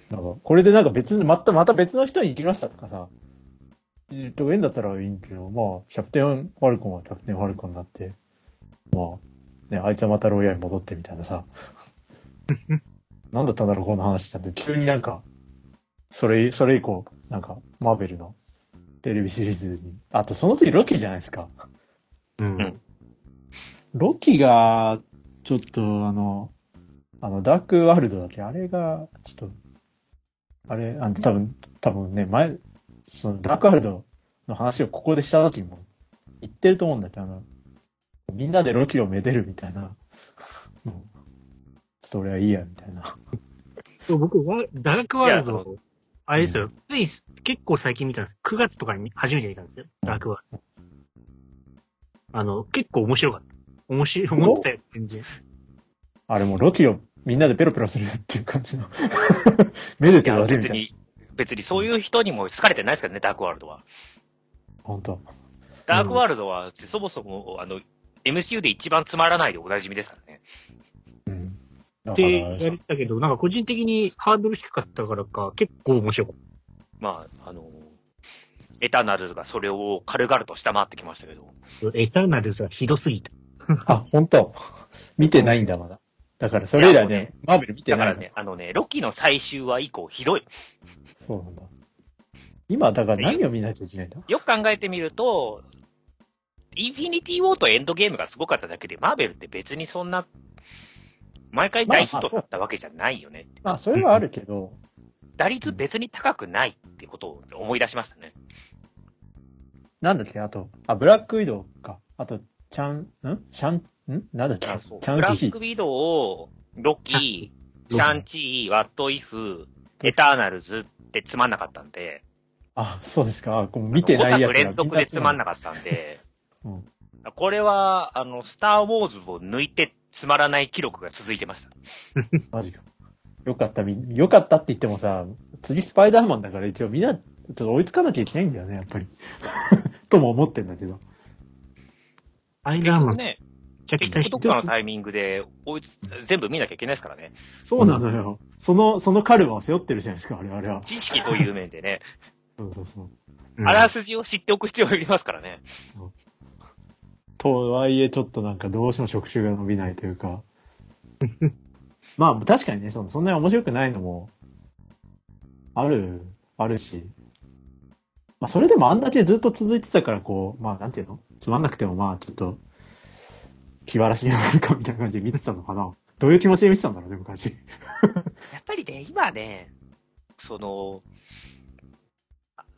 Speaker 3: なんか、これでなんか別に、また、また別の人に行きましたとかさ、えっと、縁だったらいいんだけど、まあ、キャプテンファルコンはキャプテンファルコンになって、まあ、ね、あいつはまたロイヤルに戻ってみたいなさ、なんだったんだろう、この話だって、急になんか、それ、それ以降、なんか、マーベルのテレビシリーズに、あとその次ロキじゃないですか。
Speaker 2: うん。
Speaker 1: うん
Speaker 3: ロキが、ちょっとあの、あの、ダークワールドだっけあれが、ちょっと、あれ、あの、多分、多分ね、前、その、ダークワールドの話をここでした時も、言ってると思うんだけど、あの、みんなでロキをめでるみたいな、もうちょっと俺はいいや、みたいな。
Speaker 2: そう僕は、ダークワール
Speaker 1: い
Speaker 2: ド、あれですよ、つい結構最近見たんです。9月とかに初めて見たんですよ、ダークワールド。あの、結構面白かった。面白い、思ってたよ、全然。
Speaker 3: あれもうロキをみんなでペロペロするっていう感じ の、めで
Speaker 1: い
Speaker 3: てる
Speaker 1: や、
Speaker 3: だけみ
Speaker 1: 別
Speaker 3: たいな。
Speaker 1: に、別にそういう人にも好かれてないですからね、ダークワールドは。
Speaker 3: 本当
Speaker 1: ダークワールドは、そもそも、あの、MCU で一番つまらないでおなじみですからね。
Speaker 3: うん。だ
Speaker 2: っ
Speaker 3: か
Speaker 2: て
Speaker 3: ら
Speaker 2: やれたけど、なんか個人的にハードル低かったからか、結構面白かっ
Speaker 1: まあ、あの、エターナルズがそれを軽々と下回ってきましたけど。
Speaker 2: た。エターナルズはひどすぎた。
Speaker 3: あ、本当見てないんだ、まだ。だから、それ以
Speaker 1: い
Speaker 3: 来
Speaker 1: やもう
Speaker 3: ね、マーベル見て
Speaker 1: だ
Speaker 3: ない
Speaker 1: か
Speaker 3: の
Speaker 1: らね、あのね、ロキの最終話以降ひどい。
Speaker 3: そうなんだ。今、だから何を見ないといけないんだ
Speaker 1: よく考えてみると、インフィニティ・ウォーとエンドゲームがすごかっただけで、マーベルって別にそんな、毎回大ヒットだったわけじゃないよね。
Speaker 3: まあ、それはあるけど、
Speaker 1: 打率別に高くないってことを思い出しましたね。
Speaker 3: なんだっけ、あと、あ、ブラックウィドウか。あと、チャン、んシャン、んなんだっけ
Speaker 1: あ
Speaker 3: チ
Speaker 1: そう
Speaker 3: ャ
Speaker 1: ブラ
Speaker 3: ン
Speaker 1: ッ
Speaker 3: シ
Speaker 1: ク
Speaker 3: ー。
Speaker 1: ウィドウを、ロキ、シャンチー、ワットイフ、エターナルズってつまんなかったんで、
Speaker 3: あ、そうですか。あ、こう見てないやつ
Speaker 1: 5作連続でつまんな
Speaker 3: か
Speaker 1: かったんで、
Speaker 3: うん
Speaker 1: これは、あの、スター・ウォーズを抜いてつまらない記録が続いてました。
Speaker 3: マジか。よかった、みよかったって言ってもさ、次スパイダーマンだから一応みんな、ちょっと追いつかなきゃいけないんだよね、やっぱり。 とも思ってんだけど。
Speaker 2: アイ
Speaker 1: 結
Speaker 2: ラーマ
Speaker 1: 局
Speaker 2: ン、め
Speaker 1: ね、
Speaker 2: ちゃ
Speaker 1: 結
Speaker 2: くちゃ
Speaker 1: 局
Speaker 2: ひど
Speaker 1: ど
Speaker 2: い
Speaker 1: っかのタイミングで追いつ全部見なきゃいけないですからね。
Speaker 3: そうなのよ。その、そのカルマを背負ってるじゃないですか、我々は。
Speaker 1: 知識という面でね、
Speaker 3: そうそうそう。
Speaker 2: うん
Speaker 1: あらすじを知っておく必要がありますからね。
Speaker 3: とはいえ、ちょっとなんかどうしても触手が伸びないというか。 まあ、確かにね、そのそんなに面白くないのも、ある、あるし。まあ、それでもあんだけずっと続いてたから、こう、まあ、なんていうのつまんなくても、まあ、ちょっと、気晴らしになるかみたいな感じで見てたのかな。どういう気持ちで見てたんだろうね、昔。
Speaker 1: やっぱりね、今ね、その、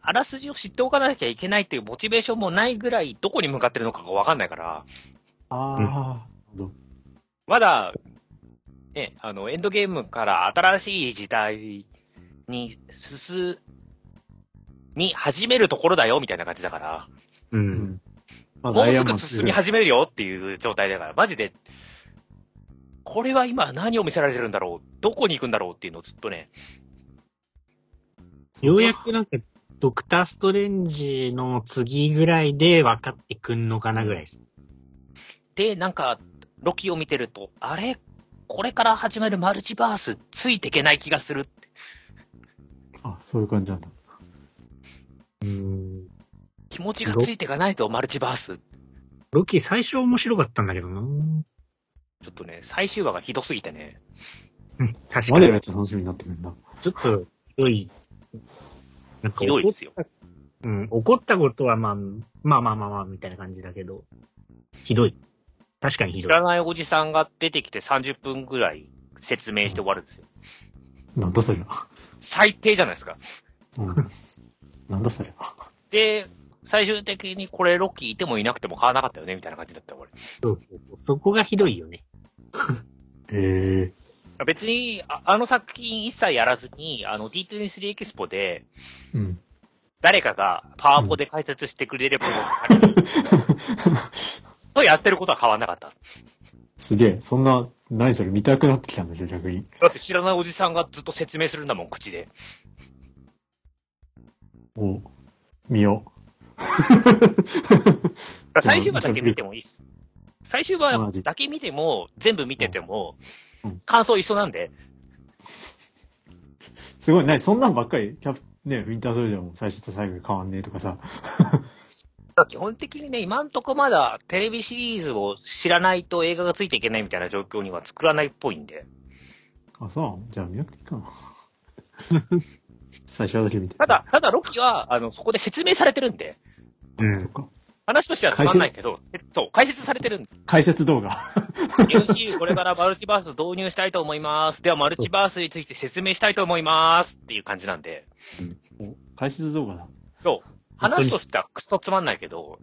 Speaker 1: ああらすじを知っておかなきゃいけないというモチベーションもないぐらい、どこに向かってるのかがわかんないから、
Speaker 3: ああ、なるほど
Speaker 1: まだ、ね、あの、エンドゲームから新しい時代に進み始めるところだよ、みたいな感じだから、
Speaker 2: う。
Speaker 3: うんん。ま
Speaker 1: もうすぐ
Speaker 3: ン
Speaker 1: 進み始めるよっていう状態だから、マジで、これは今何を見せられてるんだろうどこに行くんだろうっていうのをずっとね、
Speaker 2: ようやくなんか、ドクターストレンジの次ぐらいで分かってくんのかなぐらいです。
Speaker 1: で、なんか、ロキを見てると、あれこれから始まるマルチバースついていけない気がする。
Speaker 3: あ、そういう感じなんだ。
Speaker 2: うん。
Speaker 1: 気持ちがついていかないとマルチバース。
Speaker 2: ロキ最初面白かったんだけどな
Speaker 1: ちょっとね、最終話がひどすぎてね。
Speaker 2: うん確か
Speaker 3: マ
Speaker 2: に
Speaker 3: デ。ラちょっと楽しみになってくるな。
Speaker 2: ちょっと、ひどい。なんか
Speaker 1: ひどいですよ。
Speaker 2: うん、怒ったことはまあ、まあまあまあまあ、みたいな感じだけど、ひどい。確かにひ
Speaker 1: 知
Speaker 2: どい
Speaker 1: ら。ないおじさんが出てきて30分ぐらい説明して終わるんですよ。
Speaker 3: なんだそれは。
Speaker 1: 最低じゃないですか。
Speaker 3: うん。なんだそれは。
Speaker 1: で、最終的にこれロッキーいてもいなくても買わなかったよねみたいな感じだったよ、俺。
Speaker 2: そうそうそうそこがひどいよね。
Speaker 3: へえ。
Speaker 1: 別に、ああの作品一切やらずに、あの D23 エキスポで、
Speaker 3: うん。
Speaker 1: 誰かがパワポで解説してくれれば、とやってることは変わんなかった。
Speaker 3: すげえ。そんな、何それ見たくなってきたんだけど、逆に。
Speaker 1: だって知らないおじさんがずっと説明するんだもん、口で。
Speaker 3: お、見よ
Speaker 1: だから最終話だけ見てもいいっす。最終話だけ見ても、全部見てても
Speaker 3: うん、
Speaker 1: 感想一緒なんで。
Speaker 3: う。 すごい、ね、そんなんばっかり、キャプ、ね、ウィンターソルジャーも最初と最後が変わんねえとかさ。
Speaker 1: だから基本的にね、今んとこまだテレビシリーズを知らないと映画がついていけないみたいな状況には作らないっぽいんで。
Speaker 3: あ、そうじゃあ見なくていいかな。 最初だけ見て。
Speaker 1: ただ、ただロキは、あの、そこで説明されてるんで、
Speaker 2: うん
Speaker 3: そっ。か。
Speaker 1: 話としてはつまんないけど、せそう、解説されてるんで。
Speaker 3: 解説動画。
Speaker 1: MC これからマルチバース導入したいと思います。では、マルチバースについて説明したいと思います。っていう感じなんで。
Speaker 3: お解説動画だ。
Speaker 1: そう。話としてはくっそつまんないけど、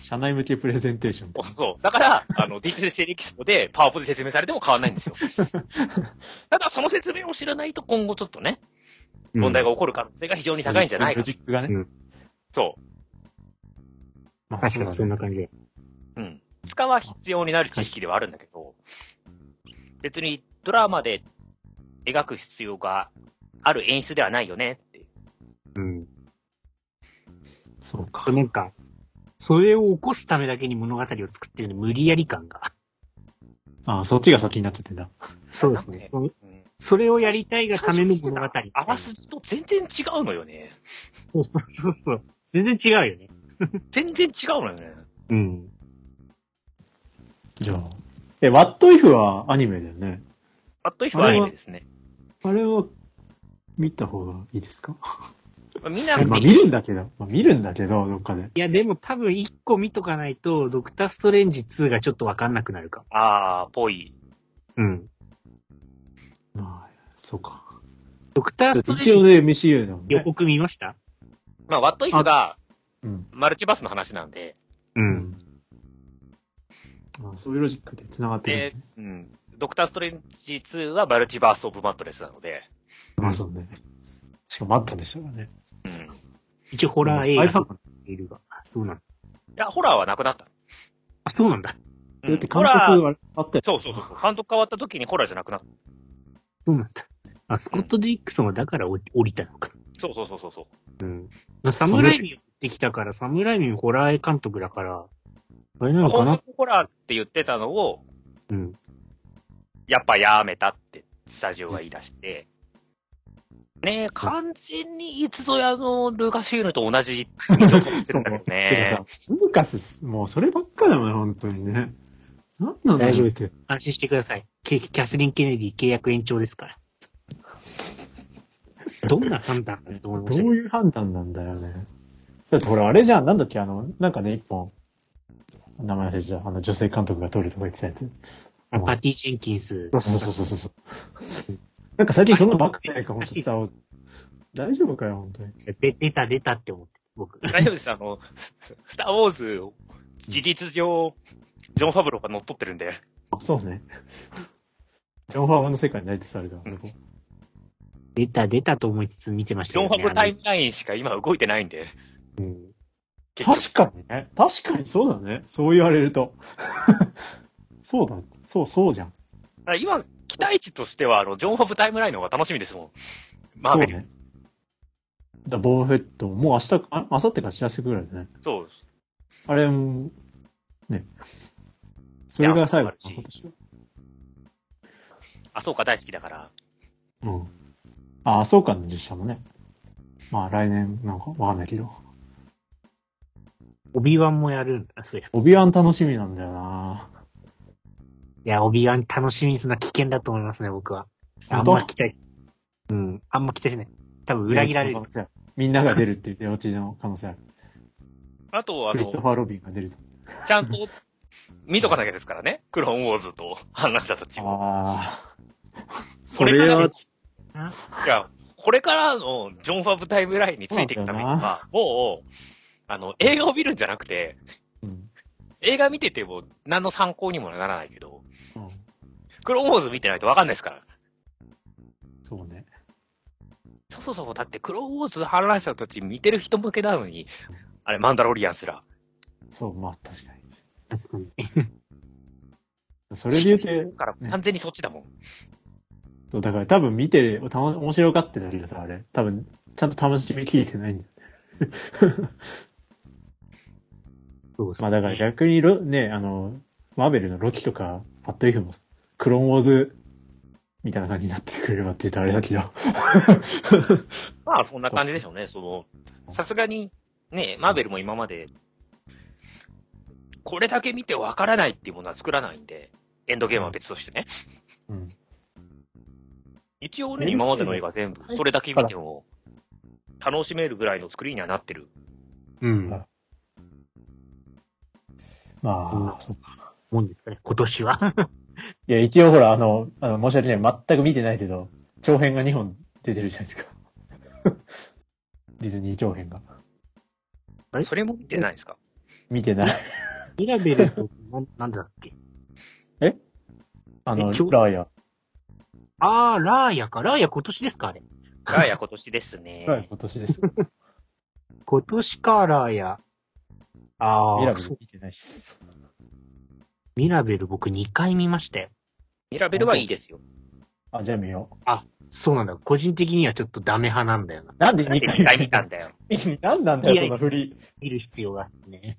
Speaker 3: 社内向けプレゼンテーション。
Speaker 1: そう。だから、あの、ディープセエキスポでパワポで説明されても変わんないんですよ。 ただ、その説明を知らないと今後ちょっとね、問題が起こる可能性が非常に高いんじゃないか
Speaker 3: ロ
Speaker 1: と。
Speaker 3: ジックがね。
Speaker 1: そ
Speaker 3: ま
Speaker 2: 確かにそんな感じだ。
Speaker 1: う。うん。使は必要になる知識ではあるんだけど、別にドラマで描く必要がある演出ではないよねって。
Speaker 2: うん。
Speaker 3: そうか。
Speaker 2: なんか、それを起こすためだけに物語を作ってるの無理やり感が。
Speaker 3: あ、そっちが先になっちゃってんだ。
Speaker 2: そう
Speaker 1: ですね。うん
Speaker 2: それをやりたいがための物語。
Speaker 1: あらすじと全然違うのよね。
Speaker 2: そうそう。全然違うよね。
Speaker 1: 全然違うのよね。
Speaker 2: うん。
Speaker 3: じゃあ。え、What If はアニメだよね。
Speaker 1: あっという間はアニメですね。
Speaker 3: あれは、見た方がいいですか
Speaker 1: まあ見な
Speaker 3: え
Speaker 1: く
Speaker 3: ま
Speaker 1: てい
Speaker 3: あ見
Speaker 1: い。
Speaker 3: るんだけど、まあ見るんだけど、どっかで。
Speaker 2: いや、でも多分一個見とかないと、ドクターストレンジ2がちょっとわかんなくなるかも。
Speaker 1: ああ、ぽい。
Speaker 2: うん。
Speaker 3: まあ、そうか。
Speaker 2: ドクター
Speaker 3: だっ
Speaker 2: ス
Speaker 3: て
Speaker 2: トレン
Speaker 3: 一
Speaker 2: ジ
Speaker 3: 応ね、MCU だもん
Speaker 2: 予
Speaker 3: ね。
Speaker 2: 告見ました
Speaker 1: まあ、ワットイフが
Speaker 3: うん。
Speaker 1: マルチバースの話なんで、
Speaker 2: う
Speaker 3: う。ん。あそういうロジックで繋がってる
Speaker 1: で、うん。ドクターストレンジ2はマルチバースオブマットレスなので、
Speaker 3: まあそうね。しかもあったんですよね。
Speaker 1: うん。い
Speaker 2: 一応ホラー映
Speaker 3: あれ多
Speaker 2: 画
Speaker 3: 分
Speaker 2: いるが。そうなんだ。
Speaker 1: や、ホラーはなくなった。
Speaker 2: あ、そうなんだ。
Speaker 1: う
Speaker 3: だっ
Speaker 1: ん
Speaker 3: て
Speaker 1: ホ
Speaker 3: 監
Speaker 1: ラー、
Speaker 3: 督あれあったよ。
Speaker 1: そうそうそう。監督変わった時にホラーじゃなくなった。
Speaker 2: そうなんだ。あ、スコット・ディックソンはだから降り降りたのか。
Speaker 1: そうそうそうそうそう。
Speaker 2: うん。サムライミを持ってきたから、サムライミホラー監督だから、あれなのか
Speaker 1: 本
Speaker 2: な
Speaker 1: 格ホラーって言ってたのを、
Speaker 2: うん。
Speaker 1: やっぱやめたって、スタジオが言い出して。ねえ、完全にいつぞやのルーカスフィールムと同じ道を取ってるんだけど
Speaker 3: てか
Speaker 1: ね
Speaker 3: さ。、ルーカス、もうそればっかだもんね、本当にね。なんなんだ
Speaker 2: 大丈
Speaker 3: ろ
Speaker 2: 夫
Speaker 3: うって。
Speaker 2: 安心してください。キキャスリン・ケネディ契約延長ですから。どんな判断かなと思いま
Speaker 3: ど
Speaker 2: した
Speaker 3: う
Speaker 2: け
Speaker 3: いう判断なんだよね。だってほら、あれじゃん、なんだっけ、あの、なんかね、一本。名前忘れちゃったあの、女性監督が撮るとか言ってたやつ。
Speaker 2: ど、パティ・ジェンキンス。
Speaker 3: そうそうそうそうそう。なんか最近そんなばっかじゃないか、ほんとスターウォーズ大丈夫かよ、本当に。
Speaker 2: で出た出たって思って、僕。
Speaker 1: 大丈夫です。あの、スターウォーズを事実上、ジョン・ファブローが乗っ取ってるんで。
Speaker 3: あ、そうね。ジョン・ファーマンの世界に内定された。
Speaker 2: 出た出たと思いつつ見てまし
Speaker 1: ジ
Speaker 2: た
Speaker 1: ョ
Speaker 2: よ
Speaker 1: ン・
Speaker 2: ね
Speaker 1: ファブロータイムラインしか今動いてないんで。
Speaker 2: あのうん
Speaker 1: 結局
Speaker 3: 確かにね。確かにそうだね。そう言われると。 そうだ。そう、そうじゃん。
Speaker 1: だから今、期待値としては、あの、ジョン・ファブタイムラインの方が楽しみですもん。マ
Speaker 3: そ
Speaker 1: ーベ
Speaker 3: う
Speaker 1: ル。
Speaker 3: ね。だボーンフェットも、もう明日、あ、明後日か知らせてくらいだね。
Speaker 1: そう。
Speaker 3: あれも、ね。それが最後かな、今年は。
Speaker 1: あ、そうか、大好きだから。
Speaker 3: うん。あ、そうかの実写もね。まあ来年なんかわかんないけど。
Speaker 2: オビワンもやるんだ、そうや。
Speaker 3: オビワン楽しみなんだよない
Speaker 2: や、オビワン楽しみにするのは危険だと思いますね、僕は。あ
Speaker 3: 本
Speaker 2: ん
Speaker 3: 当
Speaker 2: ま期待。うん、あんま期待しない。多分裏切られる。。
Speaker 3: みんなが出るっていう出落ちの可能性ある。
Speaker 1: あと、あ
Speaker 3: ク
Speaker 1: の、
Speaker 3: リスト
Speaker 1: ち
Speaker 3: ファー・ロビンが出ると。
Speaker 1: ゃんと、見とかなきゃですからね。クローンウォーズと、反乱者たちを。
Speaker 3: ああ。 そ
Speaker 1: これ
Speaker 3: れ
Speaker 1: から
Speaker 3: は、
Speaker 1: いや、これからのジョン・ファブタイムラインについていくために
Speaker 3: そうだ
Speaker 1: は、もう、あの、映画を見るんじゃなくて、
Speaker 3: うん
Speaker 1: 映画見てても何の参考にもならないけど、
Speaker 3: うん
Speaker 1: クローンウォーズ見てないとわかんないですから。
Speaker 3: そうね。
Speaker 1: そもそもだってクローンウォーズ反乱者たち見てる人向けなのに、あれ、マンダロリアンすら。
Speaker 3: そう、まあ確かに。それで言う
Speaker 1: だから
Speaker 3: ね
Speaker 1: 完全にそっちだもん。
Speaker 3: と、だから多分見てる、たま面白がってたけどさ、あれ。多分、ちゃんと楽しみ聞いてないんだよ。
Speaker 2: そう
Speaker 3: まあだから逆にロ、ね、あの、マーベルのロキとか、ファットイフも、クローンウォーズ、みたいな感じになってくれればって言うとあれだけど。
Speaker 1: まあ、そんな感じでしょうね。その、さすがに、ね、マーベルも今まで、これだけ見てわからないっていうものは作らないんで、エンドゲームは別としてね。
Speaker 3: うん。
Speaker 1: 一応ね、今までの映画全部、それだけ見ても、楽しめるぐらいの作りにはなってる。
Speaker 2: うん。
Speaker 3: まあ、
Speaker 2: うんもんですかね、今年 は。
Speaker 3: いや、一応ほら、あの、あの、申し訳ない。全く見てないけど、長編が2本出てるじゃないですか。 ディズニー長編が。
Speaker 2: え
Speaker 1: それも見てないですか
Speaker 3: 見て ない。
Speaker 2: ミラベルと、なんなんだっけ
Speaker 3: あの、ラ
Speaker 2: え長
Speaker 3: ーヤ。
Speaker 2: あー、ラーヤか。ラーヤ今年ですかあれ。
Speaker 1: ガーヤ今年です
Speaker 3: ラーヤ
Speaker 1: ね。
Speaker 3: 今年です。
Speaker 2: 今年か、ラーヤ。あー、
Speaker 3: ミラブ
Speaker 2: そう
Speaker 3: ル見てないっす。
Speaker 2: ミラベル僕2回見ましたよ。
Speaker 1: ミラベルはいいですよ。
Speaker 3: あ、じゃあ見よ
Speaker 2: そうなんだ。個人的にはちょっとダメ派なんだよな
Speaker 3: う。。なんで
Speaker 1: なん
Speaker 3: 2
Speaker 1: で
Speaker 3: 回
Speaker 1: 一回見たんだよ。
Speaker 3: 見たなんなんだ
Speaker 2: い
Speaker 3: よ、
Speaker 2: や
Speaker 3: その振り。
Speaker 2: 見る必要があってね。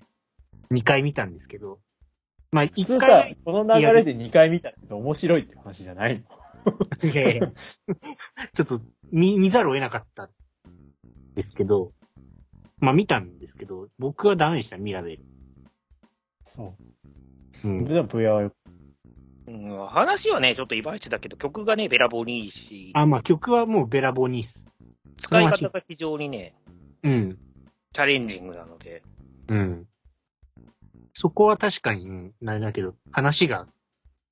Speaker 2: 2回見たんですけど。まあ、
Speaker 3: 普
Speaker 2: 1
Speaker 3: 通さ
Speaker 2: 回、
Speaker 3: この流れで2回見たって面白いって話じゃないの
Speaker 2: いやいやちょっと見、見ざるを得なかったんですけど、まあ見たんですけど、僕はダメでした、ミラベル。
Speaker 3: そうう。
Speaker 2: ん。
Speaker 3: でも VR はよ
Speaker 1: うん、話はね、ちょっといまいちだけど、曲がね、べらぼうにいいし、
Speaker 2: あ、まあ曲はもうベラボニース。
Speaker 1: 使い
Speaker 2: そ
Speaker 1: 方
Speaker 2: の
Speaker 1: が非常にね、
Speaker 2: うん。
Speaker 1: チャレンジングなので、
Speaker 2: うん。そこは確かに、うん、あれだけど、話が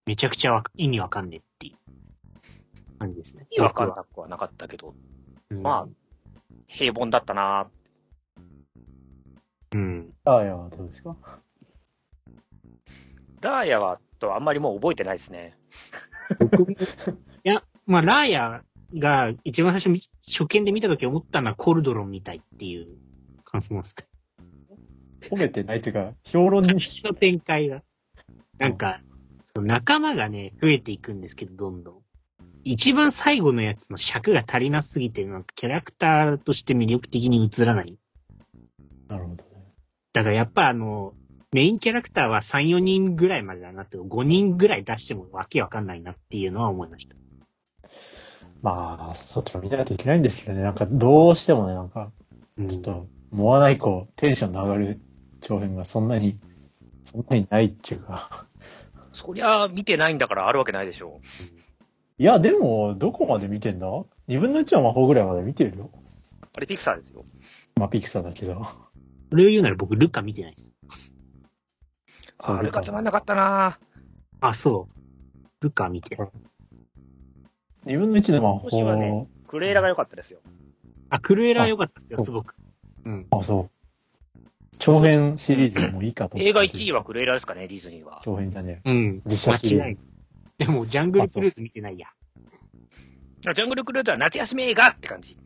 Speaker 2: めちゃくちゃわ意味わかんねえっていう感じですね。
Speaker 1: 意味わかんなくはなかったけど、
Speaker 2: うん
Speaker 1: まあ、平凡だったな
Speaker 2: うん。
Speaker 3: ラーヤはどうですか
Speaker 1: ラーヤは、とあんまりもう覚えてないですね。
Speaker 2: 僕も、いや、まあ、ラーヤが一番最初見、初見で見たとき思ったのはコルドロンみたいっていう感想なんですけど。
Speaker 3: 褒めてないというか、評論に。
Speaker 2: 話の展開が。なんか、その仲間がね、増えていくんですけど、どんどん。一番最後のやつの尺が足りなすぎて、なんかキャラクターとして魅力的に映らない。
Speaker 3: なるほどね。
Speaker 2: だからやっぱあの、メインキャラクターは3、4人ぐらいまでだなって、5人ぐらい出してもわけわかんないなっていうのは思いました。
Speaker 3: まあ、そっちも見ないといけないんですけどね。なんか、どうしてもね、なんか、
Speaker 2: うん
Speaker 3: ちょっと、モアナ以降、テンションの上がる長編がそんなに、そんなにないっていうか。
Speaker 1: そりゃ、見てないんだからあるわけないでしょ
Speaker 3: いや、でも、どこまで見てんだ ?2 分の1は魔法ぐらいまで見てるよ。
Speaker 1: う。あれ、ピクサーですよ。
Speaker 3: まあ、ピクサーだけど。
Speaker 2: それを言うなら僕、ルカ見てないです。
Speaker 3: そう
Speaker 1: あれがつまんなかったな
Speaker 2: あ、そう。ルカ見てない。
Speaker 3: 2分の1の魔
Speaker 1: 今年は
Speaker 3: 法
Speaker 1: ね。クレーラが良かったですよ。
Speaker 2: あ、クルエラ良かったですよ、
Speaker 3: あ
Speaker 2: すごく。うん。
Speaker 3: あ、そう。長編シリーズでもいいかと思って。
Speaker 1: 映画1位はクレーラですかね、ディズニーは。
Speaker 3: 長編じゃね
Speaker 2: うん。
Speaker 3: 実
Speaker 2: 間
Speaker 3: 写
Speaker 2: 違
Speaker 3: シリーズ
Speaker 2: いない。でも、ジャングルクルーズ見てないや。
Speaker 1: ジャングルクルーズは夏休み映画って感じ。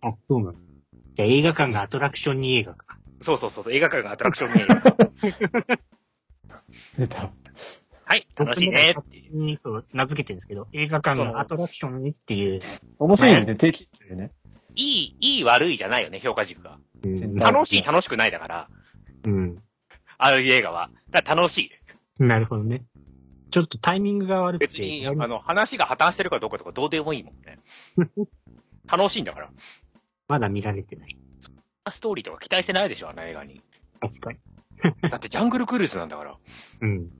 Speaker 2: あ、そうなの。じゃあ映画館がアトラクションに映画か。
Speaker 1: そうそうそうそう、映画館がアトラクション に映画。
Speaker 3: え。出た。
Speaker 1: はい、楽しいねっていう。
Speaker 2: うん、そう、名付けてるんですけど、映画館がアトラクションにっていう。
Speaker 3: 面白いですね、定期的でね。
Speaker 1: いい、いい悪いじゃないよね、評価軸が。
Speaker 2: うん
Speaker 3: なるほど
Speaker 1: 楽しい、楽しくないだから、
Speaker 2: うん。
Speaker 1: ああいう映画は。だから楽しい。
Speaker 2: なるほどね。ちょっとタイミングが悪く
Speaker 1: 別
Speaker 2: て。
Speaker 1: に、
Speaker 2: や
Speaker 1: あ
Speaker 2: る
Speaker 1: の、話が破綻してるかどうかとかどうでもいいもん ね。楽しいんだから。
Speaker 2: まだ見られてない。
Speaker 1: ストーリーとか期待してないでしょ、あの映 画に。
Speaker 2: 確かに。
Speaker 1: だってジャングルクルーズなんだから。
Speaker 2: うん。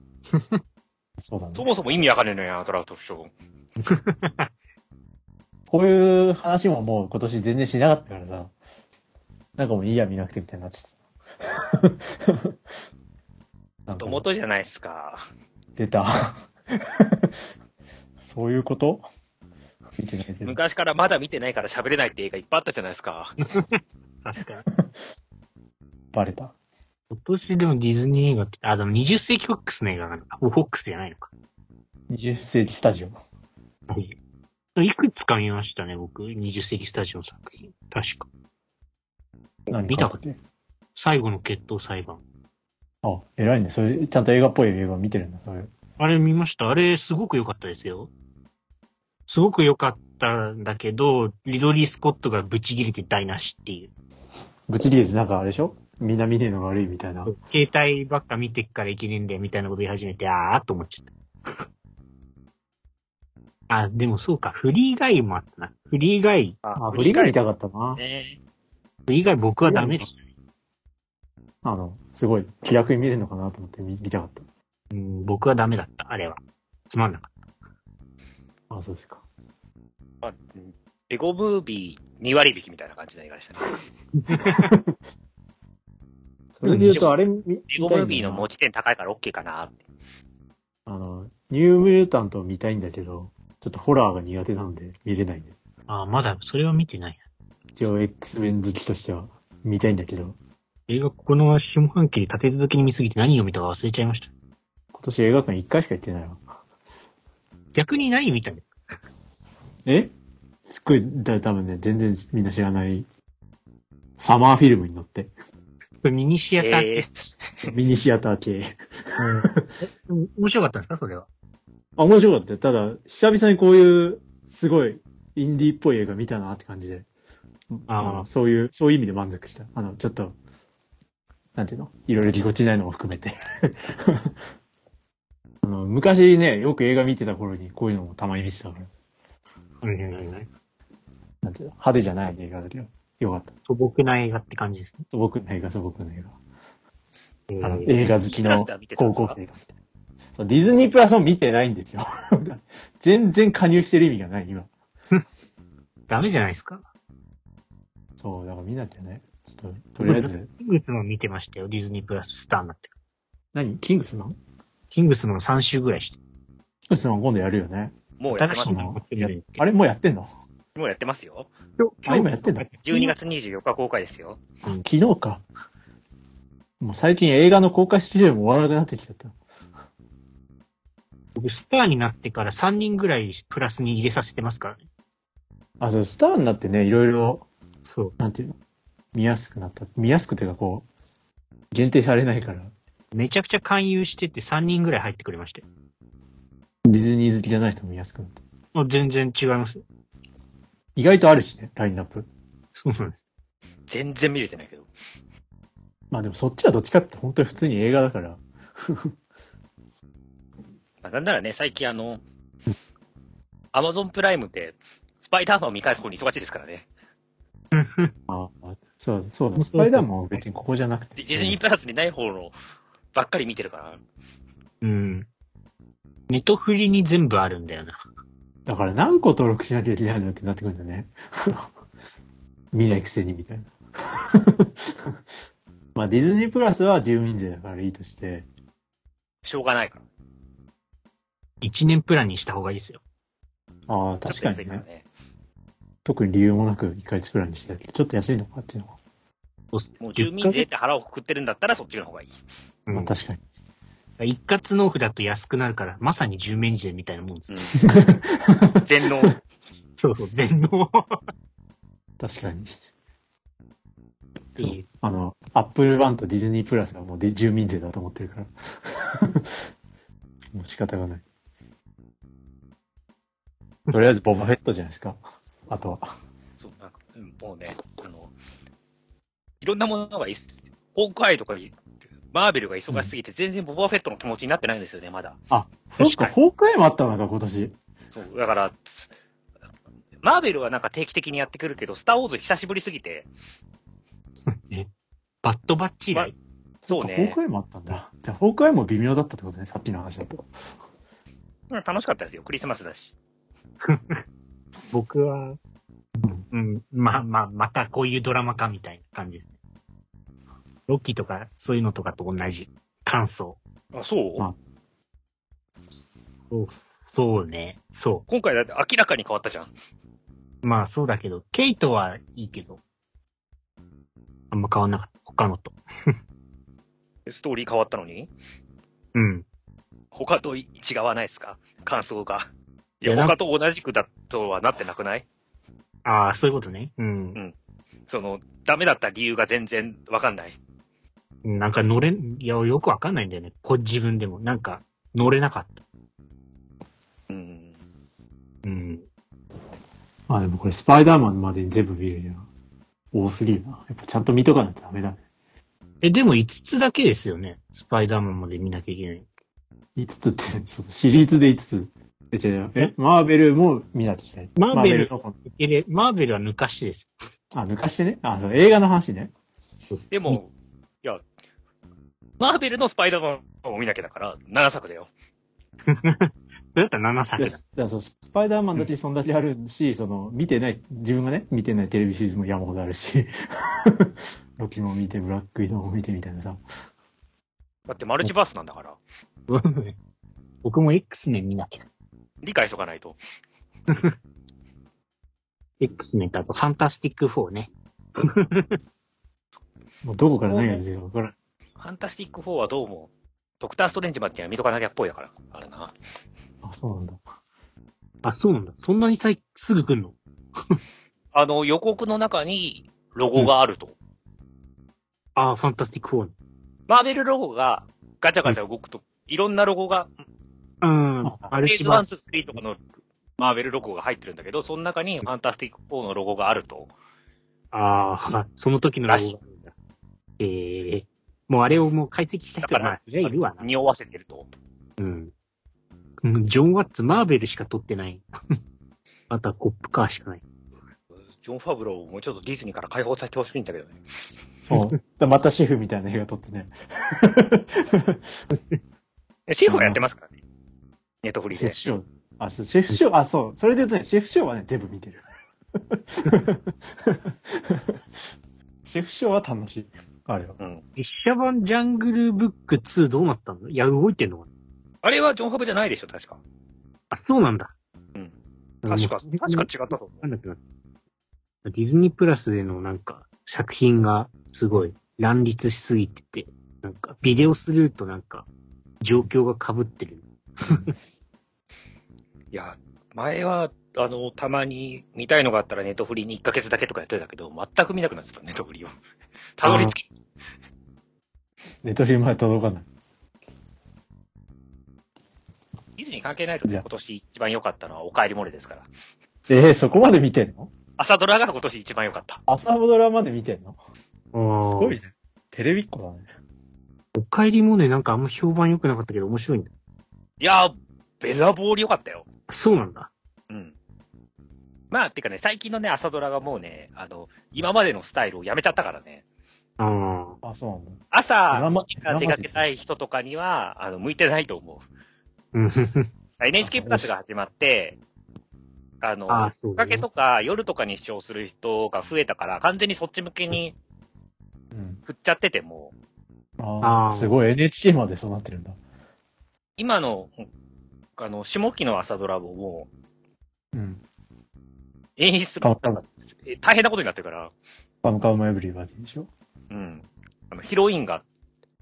Speaker 3: そうだね
Speaker 1: そ。もそも意味わかんねえのよ、アトラクション。
Speaker 3: こういう話ももう今年全然しなかったからさ。なんかもういいや、見なくてみたいに なってた。なんか
Speaker 1: と元じゃないですか。
Speaker 3: 出た。 そういうこと見てないけど。
Speaker 1: 昔からまだ見てないから喋れないって映画いっぱいあったじゃないですか。
Speaker 2: 確かに。
Speaker 3: バレた。
Speaker 2: 今年でもディズニー映画って、あ、でも20世紀フォックスの映画なのか。フォックスじゃないのか。
Speaker 3: 20世紀スタジオ。
Speaker 2: はい。いくつか見ましたね、僕。20世紀スタジオの作品。確か。
Speaker 3: 何
Speaker 2: 見たこ
Speaker 3: かって
Speaker 2: 最後の決闘裁判。
Speaker 3: あ、偉いね。それ、ちゃんと映画っぽい映画見てるんだ、そういう。
Speaker 2: あれ見ました。あれ、すごく良かったですよ。すごく良かったんだけど、リドリー・スコットがブチギレて台無しっていう。
Speaker 3: ぶち切れてなんかあれでしょみんな見ねえのが悪いみたいな。
Speaker 2: 携帯ばっか見てっからいけねえんだよみたいなこと言い始めて、あーっと思っちゃった。あ、でもそうか、フリーガイもあったな。フリーガイ、
Speaker 3: あ、振り返り
Speaker 1: た
Speaker 3: たかったな。
Speaker 1: ね。
Speaker 2: フリーガイ僕はダメでした。
Speaker 3: あの、すごい気楽に見れるのかなと思って見見たかっ
Speaker 2: うん、僕はダメだった、あれは。つまんなかった。
Speaker 3: た。あ、そうですか。
Speaker 1: まあうんレゴムービー2割引きみたいな感じの映画でしたね。
Speaker 3: それで言うと、あれ見、レ
Speaker 1: レゴムービーの持ち点高いから OK かなって。
Speaker 3: あの、ニューミュータントを見たいんだけど、ちょっとホラーが苦手なんで見れないんで。
Speaker 2: あー、まだそれは見てない
Speaker 3: 一応 X メン好きとしては見たいんだけど、
Speaker 2: な。映画、ここの下半期で立て続けに見すぎて何を見たか忘れちゃいました。
Speaker 3: 今年映画館1回しか行ってないわ。
Speaker 2: 逆に何見たの
Speaker 3: えすっごい、だ多分ね、全然みんな知らない、サマーフィルムに乗って、
Speaker 2: ミニシアター
Speaker 1: え
Speaker 3: ミニシアター系。
Speaker 2: うん 面白かったんですかそれは。
Speaker 3: あ、面白かったよ。ただ、久々にこういう、すごい、インディーっぽい映画見たなって感じで。
Speaker 2: あー
Speaker 3: のそういう、そういう意味で満足した。あの、ちょっと、なんていうのいろいろぎこちないのも含めて。 あの昔ね、よく映画見てた頃にこういうのもたまに見てたから。
Speaker 2: うん。
Speaker 3: なんていうの派手じゃない映画だけど。よかった。
Speaker 2: 素朴な映画って感じですね。
Speaker 3: 素朴な映画、素朴な映
Speaker 2: え
Speaker 3: 画。あの
Speaker 2: ー
Speaker 3: 映画好きの高校生が見てそうディズニープラスも見てないんですよ。 全然加入してる意味がない、今。
Speaker 2: ダメじゃないですか。
Speaker 3: そう、だから見なきゃね。ちょっと、とりあえず。
Speaker 2: キングスマン見てましたよ。ディズニープラススターになってから。
Speaker 3: 何キングスマンキ
Speaker 2: キングスマン3週ぐらいして。
Speaker 3: ングスマン今度やるよね。
Speaker 1: もうやってます
Speaker 2: 新しい
Speaker 1: よ。
Speaker 2: の持ってるんですけど
Speaker 3: あれもうやってんの
Speaker 1: もうやってますよ。
Speaker 3: あ、今やってんだ。
Speaker 1: 12月24日公開ですよ。
Speaker 2: うん
Speaker 3: 昨日か。もう最近映画の公開スケジュールも終わらなくなってきちゃった。
Speaker 2: 僕、スターになってから3人ぐらいプラスに入れさせてますからね。
Speaker 3: あ、そう、スターになってね、いろいろ、
Speaker 2: そ
Speaker 3: なんていうの見やすくなった。見やすくてかこう、限定されないから。
Speaker 2: う。めちゃくちゃ勧誘してて3人ぐらい入ってくれましたよ。
Speaker 3: ディズニー好きじゃない人も見やすくなった。
Speaker 2: あ全然違いますよ。
Speaker 3: 意外とあるしね、ラインナップ。
Speaker 2: そうなんです。
Speaker 1: 全然見れてないけど。
Speaker 3: まあでもそっちはどっちかって本当に普通に映画だから。
Speaker 1: まあ、なんならね、最近あの、アマゾンプライムって、スパイダーマンを見返す方に忙しいですからね。
Speaker 3: ああ、そう、そうだ。スパイダーマンは別にここじゃなくて。
Speaker 1: ディディズニープラスにない方のばっかり見てるから。
Speaker 2: うん。ネトフリに全部あるんだよな。
Speaker 3: だから何個登録しなきゃいけないのってなってくるんだね。 見ないくせにみたいな。 まあディズニープラスは住民税だからいいとして、
Speaker 1: しょうがないから。
Speaker 2: 1年プランにした方がいいですよ。
Speaker 3: ああ、確かに
Speaker 1: ちょっと安い。
Speaker 3: ね
Speaker 1: らね。
Speaker 3: 特に理由もなく1ヶ月くらいにしてたけど、ちょっと安いのかっていうのは。
Speaker 1: もう住民税って腹をくくってるんだったらそっちの方がいい。
Speaker 2: うん
Speaker 3: まあ確かに。
Speaker 2: 一括納付だと安くなるから、まさに10面税みたいなもんです。
Speaker 1: うん。全能。
Speaker 2: そうそう、全能。
Speaker 3: 確かに。
Speaker 2: ていう
Speaker 3: あの、アップル版とディズニープラスはもうで住民税だと思ってるから。 もう仕方がない。とりあえずボバフェットじゃないですか。あとは。
Speaker 1: そう、なんか、うんもうね、あの、いろんなものがい、ホークアイとかい、マーベルが忙しすぎて、全然ボバフェットの気持ちになってないんですよね、まだ。
Speaker 3: あ、そっ
Speaker 1: 確か
Speaker 3: か、
Speaker 1: に
Speaker 3: 崩壊もあったのか、今年。
Speaker 1: そう、だから、マーベルはなんか定期的にやってくるけど、スター・ウォーズ久しぶりすぎて、
Speaker 2: ねバットバッチ以来。
Speaker 1: そう
Speaker 3: 崩
Speaker 1: ね、
Speaker 3: 壊もあったんだ。じゃあ、崩壊も微妙だったってことね、さっきの話だと。
Speaker 1: うん楽しかったですよ、クリスマスだし。
Speaker 2: 僕は、うん、まあまあ、またこういうドラマかみたいな感じですね。ロッキーとか、そういうのとかと同じ感想。
Speaker 1: あ、そう、
Speaker 3: あ
Speaker 2: そうそうね。そ
Speaker 1: 今回だって明らかに変わったじゃん。
Speaker 2: う。まあそうだけど、ケイトはいいけど、あんま変わんなかった。他のと。
Speaker 1: ストーリー変わったのに。
Speaker 2: うん。
Speaker 1: 他と違わないですか感想が。いや、
Speaker 2: いやなん
Speaker 1: 他と同じくだとはなってなくない
Speaker 2: ああ、そういうことね。うん。
Speaker 1: その、ダメだった理由が全然わかんない。
Speaker 2: なんか乗れん、いや、よくわかんないんだよね。こ自分でも。なんか、乗れなかった。
Speaker 1: うん。
Speaker 2: うん。
Speaker 3: あ、でもこれスパイダーマンまでに全部見るには多すぎるな。やっぱちゃんと見とかないとダメだね。
Speaker 2: え、でも5つだけですよね。スパイダーマンまで見なきゃいけない。
Speaker 3: 5つって、そのシリーズで5つ。え、違う。え、マーベルも見なきゃいけない。
Speaker 2: マーベル
Speaker 3: マの
Speaker 2: いけれマーベルは抜かしです。
Speaker 3: あ、抜かしてね。あ、その映画の話ね。
Speaker 1: でも、いや、マーベルのスパイダーマンを見なきゃだから、7作だよ。
Speaker 2: それだったら7作
Speaker 3: いや
Speaker 2: だ。
Speaker 3: だからそのスパイダーマンだけそんだけあるし、その、見てない、自分がね、見てないテレビシリーズも山ほどあ るし、ロキも見て、ブラックイドも見てみたいなさ。
Speaker 1: だってマルチバースなんだから、
Speaker 2: 僕も X 面見なきゃ。
Speaker 1: 理解しとかないと。
Speaker 2: X 面とあとファンタスティック4ね。
Speaker 3: もうどこから何が出てるか分からん。
Speaker 1: ファンタスティック4はどうも、ドクターストレンジまでには見とかなきゃっぽいだから、あれな。
Speaker 3: あ、そうなんだ。
Speaker 2: あ、そうなんだ。そんなにさいすぐ来んの
Speaker 1: あの、予告の中にロゴがあると。
Speaker 2: あーファンタスティック4。
Speaker 1: マーベルロゴがガチャガチャ動くと、いろんなロゴが、
Speaker 2: うん
Speaker 3: あ。
Speaker 2: あ
Speaker 1: フ
Speaker 2: れ
Speaker 1: ェー
Speaker 2: し
Speaker 1: ズ
Speaker 2: ば
Speaker 1: 1、2、3とかのマーベルロゴが入ってるんだけど、その中にファンタスティック4のロゴがあると。
Speaker 2: ああ、その時のロゴがあるんだ。ええもうあれをもう解析し
Speaker 1: だ
Speaker 2: た人が
Speaker 1: から
Speaker 2: まあ、そりゃいるわな。
Speaker 1: 匂わせてると。
Speaker 2: うん。うんジョン・ワッツ、マーベルしか撮ってない。 あとはコップカーしかない。
Speaker 1: ジョン・ファブローをもうちょっとディズニーから解放させてほしいんだけどね。
Speaker 3: そう。だ またシェフみたいな映画撮ってね。
Speaker 1: シェフはやってますからね。ネットフリー
Speaker 3: シェ
Speaker 1: で
Speaker 3: フ。ショー。あ、そうシェフショー、あ、そう。それで言うとね、シェフショーはね、全部見 てる。シェフショーは楽しい。あれは。
Speaker 1: うん。
Speaker 2: 実写版ジャングルブック2どうなったのいや、動いてんのかな
Speaker 1: あれはジョン・ファブじゃないでしょ、確か。
Speaker 2: あ、そうなんだ。
Speaker 1: うん。
Speaker 2: なん
Speaker 1: 確か、
Speaker 2: もう
Speaker 1: 確か違ったと思
Speaker 2: なんだっけな。ディズニープラスでのなんか作品がすごい乱立しすぎてて、なんかビデオスルーとなんか状況が被ってる。
Speaker 1: う。いや、前は、あの、たまに見たいのがあったらネットフリーに1ヶ月だけとかやってたけど、全く見なくなっちゃった、ネット フリーを。たどり着き。
Speaker 3: ネトフリまで届かない。
Speaker 1: ディズニー関係ないと
Speaker 3: じ
Speaker 1: ね
Speaker 3: ゃあ
Speaker 1: 今年一番良かったのはおかえりモレですから。
Speaker 3: えー、そこまで見てんの
Speaker 1: 朝ドラが今年一番良かった。
Speaker 3: 朝ドラまで見てんのす
Speaker 2: ああ。す
Speaker 3: ごいね。テレビっ子だね。
Speaker 2: お帰りもね、なんかあんま評判良くなかったけど面白いんだ。
Speaker 1: いやー、ベザボール良かったよ。
Speaker 2: そうなんだ。
Speaker 1: うん。まあ、てかね、最近のね、朝ドラがもうね、あの、今までのスタイルをやめちゃったからね。
Speaker 2: ああ。
Speaker 3: あ、そうなんだ。
Speaker 1: 朝、
Speaker 3: 生
Speaker 1: 時間出かけたい人とかには、あの、向いてないと思う。
Speaker 2: うん。
Speaker 1: NHK プラスが始まって、あの、
Speaker 2: ああ、そう
Speaker 1: お
Speaker 2: だ
Speaker 1: か
Speaker 2: ね
Speaker 1: けとか夜とかに視聴する人が増えたから、完全にそっち向けに
Speaker 3: うん。
Speaker 1: 振っちゃってても、
Speaker 3: あ
Speaker 2: あー
Speaker 3: あ、すごい NHK までそうなってるんだ。
Speaker 1: 今の、あの、下期の朝ドラをもう、
Speaker 3: うん。
Speaker 1: 演出
Speaker 3: カ
Speaker 1: が
Speaker 3: ムカム、
Speaker 1: え大変なことになってるから、
Speaker 3: カムカムエブリバディでしょ
Speaker 1: うん。あの、ヒロインが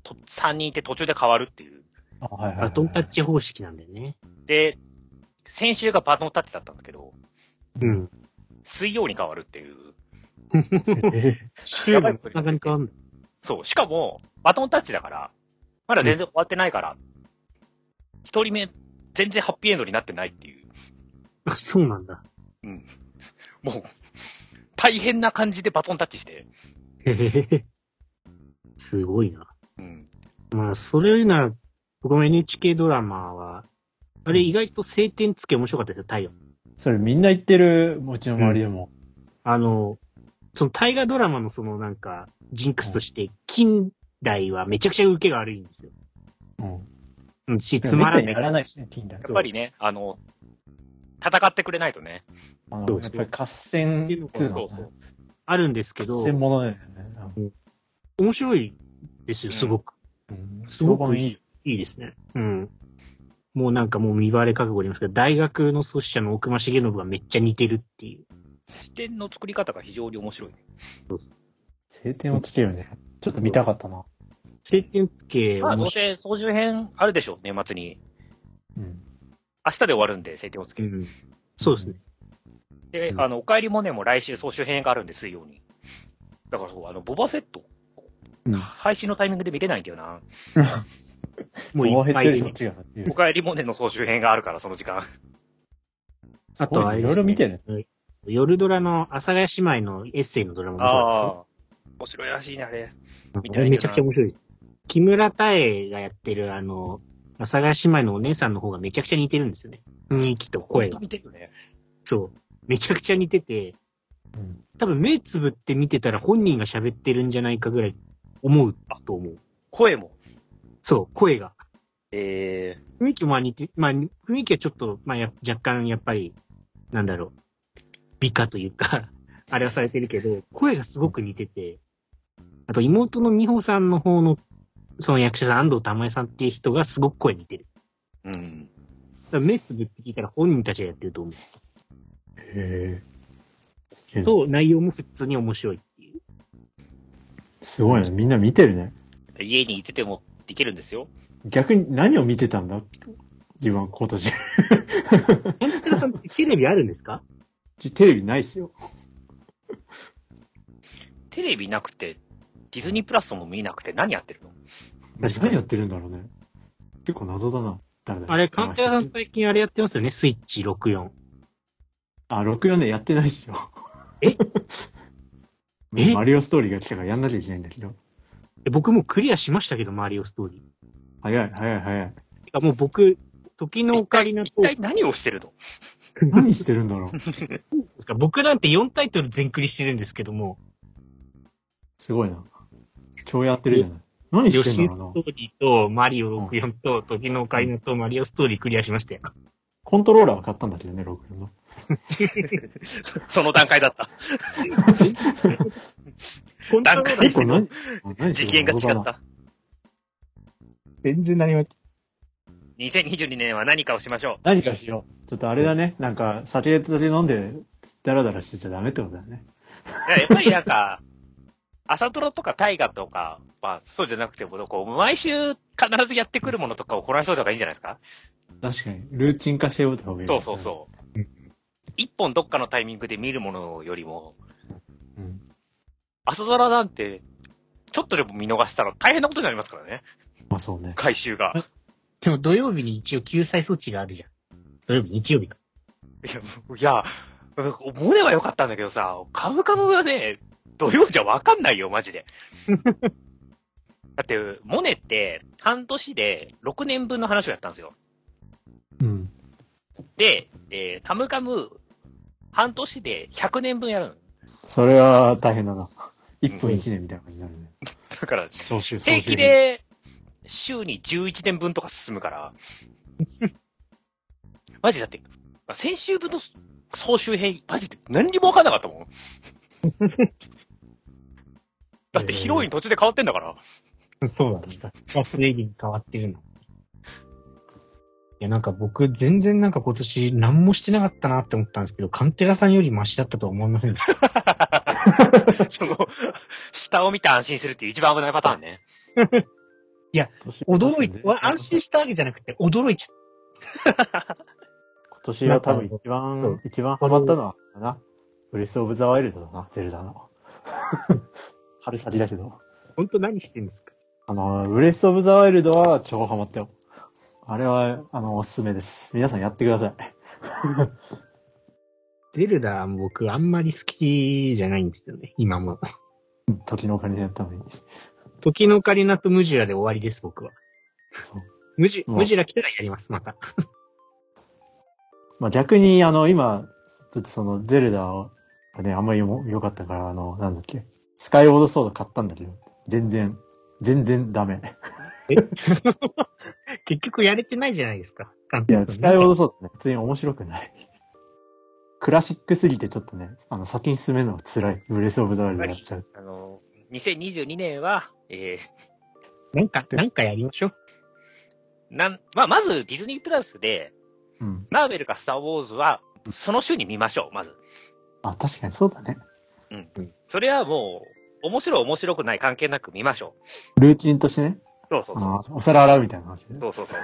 Speaker 1: と3人いて途中で変わるっていう。
Speaker 3: あ、はいはい、はい。
Speaker 2: バトンタッチ方式なんだよね。
Speaker 1: で、先週がバトンタッチだったんだけど、
Speaker 2: うん。
Speaker 1: 水曜に変わるっていう。
Speaker 3: え
Speaker 2: 週がこんな感じ変わんだ。
Speaker 1: そう。しかも、バトンタッチだから、まだ全然終わってないから、一、人目、全然ハッピーエンドになってないっていう。
Speaker 2: あ、そうなんだ。
Speaker 1: うん。もう、大変な感じでバトンタッチして。
Speaker 2: へへへへ。 すごいな。
Speaker 1: うん。
Speaker 2: まあ、それよりなら、僕も NHK ドラマは、あれ意外と晴天つけ面白かったですよ、太陽。
Speaker 3: ーそれみんな言ってる、もちの周りでも。
Speaker 2: あの、その大河ドラマのそのなんか、ジンクスとして、近代はめちゃくちゃ受けが悪いんですよ。
Speaker 3: う
Speaker 2: う
Speaker 3: ん。
Speaker 2: ん、し、
Speaker 3: で
Speaker 2: つ
Speaker 3: も
Speaker 2: まら
Speaker 3: めっ
Speaker 2: な
Speaker 3: たに
Speaker 2: い
Speaker 3: や。らないしね、近代
Speaker 1: や。っぱりね、あの、戦ってくれないとね。
Speaker 3: あ
Speaker 2: そう
Speaker 3: の、
Speaker 2: そ
Speaker 3: や
Speaker 2: う
Speaker 3: っぱり合戦っていのかな
Speaker 1: そうそう。
Speaker 2: あるんですけど
Speaker 3: 合、戦ものだよね。
Speaker 2: 面白いですよ、
Speaker 1: うん
Speaker 2: すごく。
Speaker 3: うん。
Speaker 2: すごく
Speaker 3: 評判いいよ。
Speaker 2: いいですね。うん。もうなんかもう見バレ覚悟ありますけど、大学の創始者の奥間重信がめっちゃ似てるっていう。
Speaker 1: 視点の作り方が非常に面白い。
Speaker 3: 晴天をつけるね。ちょっと見たかったな。
Speaker 2: 晴天つけ、
Speaker 1: まあ、ど
Speaker 2: 面
Speaker 1: う
Speaker 2: 白い。
Speaker 1: せ操縦編あるでしょう、年末に。
Speaker 3: うん。
Speaker 1: 明日で終わるんで、晴天をつけ
Speaker 2: う
Speaker 1: る。
Speaker 2: ん。そうですね。
Speaker 1: で
Speaker 2: う、ん
Speaker 1: あの、お帰りもね、もう来週総集編があるんで、水曜に。だからそう、あの、ボバフェット、
Speaker 3: うん。
Speaker 1: 配信のタイミングで見れないんだよな。
Speaker 2: もういっぱい
Speaker 3: る
Speaker 2: で
Speaker 3: そっ。ちがさ。
Speaker 1: おかえりモネの総集編があるから、その時間。
Speaker 2: あとはあれ
Speaker 3: い
Speaker 2: です
Speaker 3: ろいろ見てね。
Speaker 2: 夜ドラの阿佐ヶ谷姉妹のエッセイのドラマもそ
Speaker 1: ああ。面白いらしいね、あれ。
Speaker 2: うだったね
Speaker 1: 見たいな
Speaker 2: めちゃくちゃ面白いです。木村太江がやってるあの、阿佐ヶ谷姉妹のお姉さんの方がめちゃくちゃ似てるんですよね。雰囲気と
Speaker 1: ほ
Speaker 2: 声
Speaker 1: んと
Speaker 2: が。
Speaker 1: 見てるね。
Speaker 2: そう。めちゃくちゃ似てて、
Speaker 3: うん
Speaker 2: 多分目つぶって見てたら本人が喋ってるんじゃないかぐらい思うと思う。
Speaker 1: 声も。
Speaker 2: そう、声が。
Speaker 1: ええ
Speaker 2: 雰囲気も似て、まあ、雰囲気はちょっと、まあ、や若干やっぱり、なんだろう、美化というか、 あれはされてるけど、声がすごく似てて、あと妹の美穂さんの方の、その役者さん、安藤玉恵さんっていう人がすごく声似てる。
Speaker 1: うん。
Speaker 2: だから目つぶって聞いたら本人たちがやってると思う。
Speaker 3: へえ。
Speaker 2: と、内容も普通に面白いっていう。
Speaker 3: すごいね。みんな見てるね。
Speaker 1: 家にいててもできるんですよ。
Speaker 3: 逆に何を見てたんだ自分は今 年。
Speaker 2: 山寺さんってテレビあるんですか
Speaker 3: ちテレビないっすよ。
Speaker 1: テレビなくて、ディズニープラスも見なくて何やってるの
Speaker 2: 確かに
Speaker 3: 何やってるんだろうね。結構謎だな。誰だ
Speaker 2: あれ、山寺さん最近あれやってますよね、スイッチ64。
Speaker 3: あ、64ね、やってないっすよ。
Speaker 2: ええ
Speaker 3: マリオストーリーが来たからやんなきゃいけないんだけど。
Speaker 2: え僕もうクリアしましたけど、マリオストーリー。
Speaker 3: 早い、早い、早 い。
Speaker 2: てかもう僕、時のオカリナ
Speaker 1: 一
Speaker 2: と、
Speaker 1: 体何をしてるの
Speaker 3: 何してるんだろう。
Speaker 2: ですか僕なんて4タイトル全クリしてるんですけども、
Speaker 3: すごいな。超やってるじゃない。何
Speaker 2: ヨ
Speaker 3: して
Speaker 2: シ
Speaker 3: ん
Speaker 2: ン
Speaker 3: だ
Speaker 2: ス
Speaker 3: ろう
Speaker 2: ト
Speaker 3: な。
Speaker 2: ーリーとマリオ64と時のオカリナとマリオストーリークリアしましたよ。
Speaker 3: コントローラーは買ったんだけどね、64の。
Speaker 1: その段階だった。
Speaker 2: 本当
Speaker 1: 段
Speaker 2: は
Speaker 1: 階
Speaker 3: 結構何、 何
Speaker 1: 次
Speaker 3: して
Speaker 1: 元
Speaker 3: る
Speaker 1: が違
Speaker 3: の
Speaker 1: っ
Speaker 3: 謎だな
Speaker 1: た。
Speaker 2: 全然何も。
Speaker 1: 2022年は何かをしましょ
Speaker 3: 何かしよう。ちょっとあれだね。なんか、酒だけ飲んで、ダラダラしてちゃダメってことだよね。
Speaker 1: う。いややっぱりなんか、朝ドラとか大河とか、まあそうじゃなくても、こう、毎週必ずやってくるものとかをこなしといた方がいいんじゃないですか
Speaker 3: 確かに。ルーチン化しておいた方がいいね。
Speaker 1: そうそうそう
Speaker 2: うん。
Speaker 1: 一本どっかのタイミングで見るものよりも、
Speaker 3: う。うん。
Speaker 1: 朝ドラなんて、ちょっとでも見逃したら大変なことになりますからね。
Speaker 3: まあそうね。
Speaker 1: 回収が。
Speaker 2: でも土曜日に一応救済措置があるじゃん。土曜日、日曜日か。
Speaker 1: いや、いや、モネは良かったんだけどさ、株価のはね、土曜じゃわかんないよ、マ ジで。だって、モネって、半年で6年分の話をやったんですよ。
Speaker 3: うん。
Speaker 1: で、えー、カムカム、半年で100年分やるの。
Speaker 3: それは大変だな。1分
Speaker 2: うん
Speaker 3: 1年みたいな感じになるね。
Speaker 1: だから、
Speaker 3: 総集、総集
Speaker 1: 平気。で、週に11年分とか進むから。 マジだって、先週分の総集編、マジで何にもわかんなかった もん。だってヒロイン途中で変わってんだ から。
Speaker 2: そうだね。バスレディに変わってるの。いや、なんか僕、全然なんか今年何もしてなかったなって思ったんですけど、カンテラさんよりマシだったとは思いませんでした。
Speaker 1: その、下を見て安心するっていう一番危ないパターンね。
Speaker 2: 驚いて、わ安心
Speaker 3: し
Speaker 2: したわけじゃなくて、驚いちゃっ
Speaker 3: 今年は多分一
Speaker 2: そ
Speaker 3: 番
Speaker 2: う、
Speaker 3: 一番ハマったのは、あれだな。ブレスオブザワイルドだな、ゼルダ の。春先だけど。
Speaker 2: た。本当何してるんですか
Speaker 3: あの、ブレスオブザワイルドは超ハマったよ。あれは、あの、おすすめです。皆さんやってください。
Speaker 2: ゼルダ、僕、あんまり好きじゃないんですよね、今も。
Speaker 3: 時のお金でやったのに。
Speaker 2: 時のオカリナとムジュラで終わりです、僕は。ムジュ
Speaker 3: もう
Speaker 2: ムジュラ来たらやります、また。
Speaker 3: まあ、逆に、あの、今、ちょっとその、ゼルダを、ね、あんまりよも良かったから、あの、なんだっけ。スカイウォードソード買ったんだけど、全然、全然ダメ。
Speaker 2: 結局やれてないじゃないですか、カン
Speaker 3: い
Speaker 2: テ
Speaker 3: や、
Speaker 2: ラ
Speaker 3: ス
Speaker 2: さん。
Speaker 3: カイウォードソードね、普通に面白くない。クラシックすぎてちょっとね、あの、先に進めるのが辛い。ブレスオブザワイルドやっちゃう。
Speaker 1: あの、2022年は、え
Speaker 2: なんか、なんかやりましょう。
Speaker 1: ー、なん、まあ、まずディズニープラスで、
Speaker 3: うん。
Speaker 1: マーベルかスターウォーズは、その週に見ましょう、まず。
Speaker 3: あ、確かにそうだね。
Speaker 1: それはもう、面白い面白くない関係なく見ましょ
Speaker 3: ルーチンとしてね、
Speaker 1: う。そうそう
Speaker 3: あ
Speaker 1: そう。
Speaker 3: の、お皿洗うみたいな話で。
Speaker 1: そうそうそう。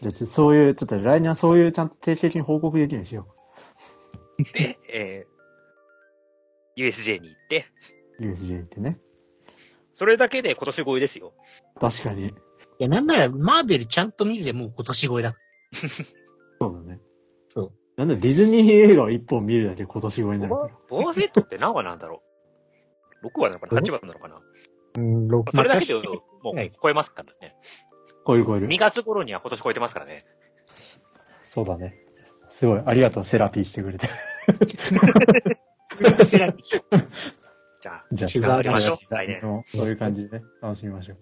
Speaker 3: じゃあちょそういう、ちょっと来年はそういうちゃんと定期的に報告できるようにしよ
Speaker 1: で、えー、USJ に行って、
Speaker 3: う。USJ ってね。
Speaker 1: それだけで今年超えですよ。
Speaker 3: 確かに。
Speaker 2: いや、なんなら、マーベルちゃんと見るでもう今年超えだ。
Speaker 3: そうだね。
Speaker 2: そう。
Speaker 3: なんだ、ディズニー映画一本見るだけ今年超えになるか
Speaker 1: ボ
Speaker 3: ら
Speaker 1: バ。ボバフェットって何話なんだろう ?6 話なのかな ?8 話なのかな
Speaker 2: うん、6
Speaker 1: それだけで もう超えますからね。
Speaker 3: 超える超える
Speaker 1: 2。月頃には今年超えてますからね。
Speaker 3: そうだね。すごい。ありがとう。セラピーしてくれて。
Speaker 1: じゃあ、
Speaker 3: じゃあ
Speaker 1: 頑張りましょう。来年。
Speaker 3: そういう感じでね、楽しみましょう。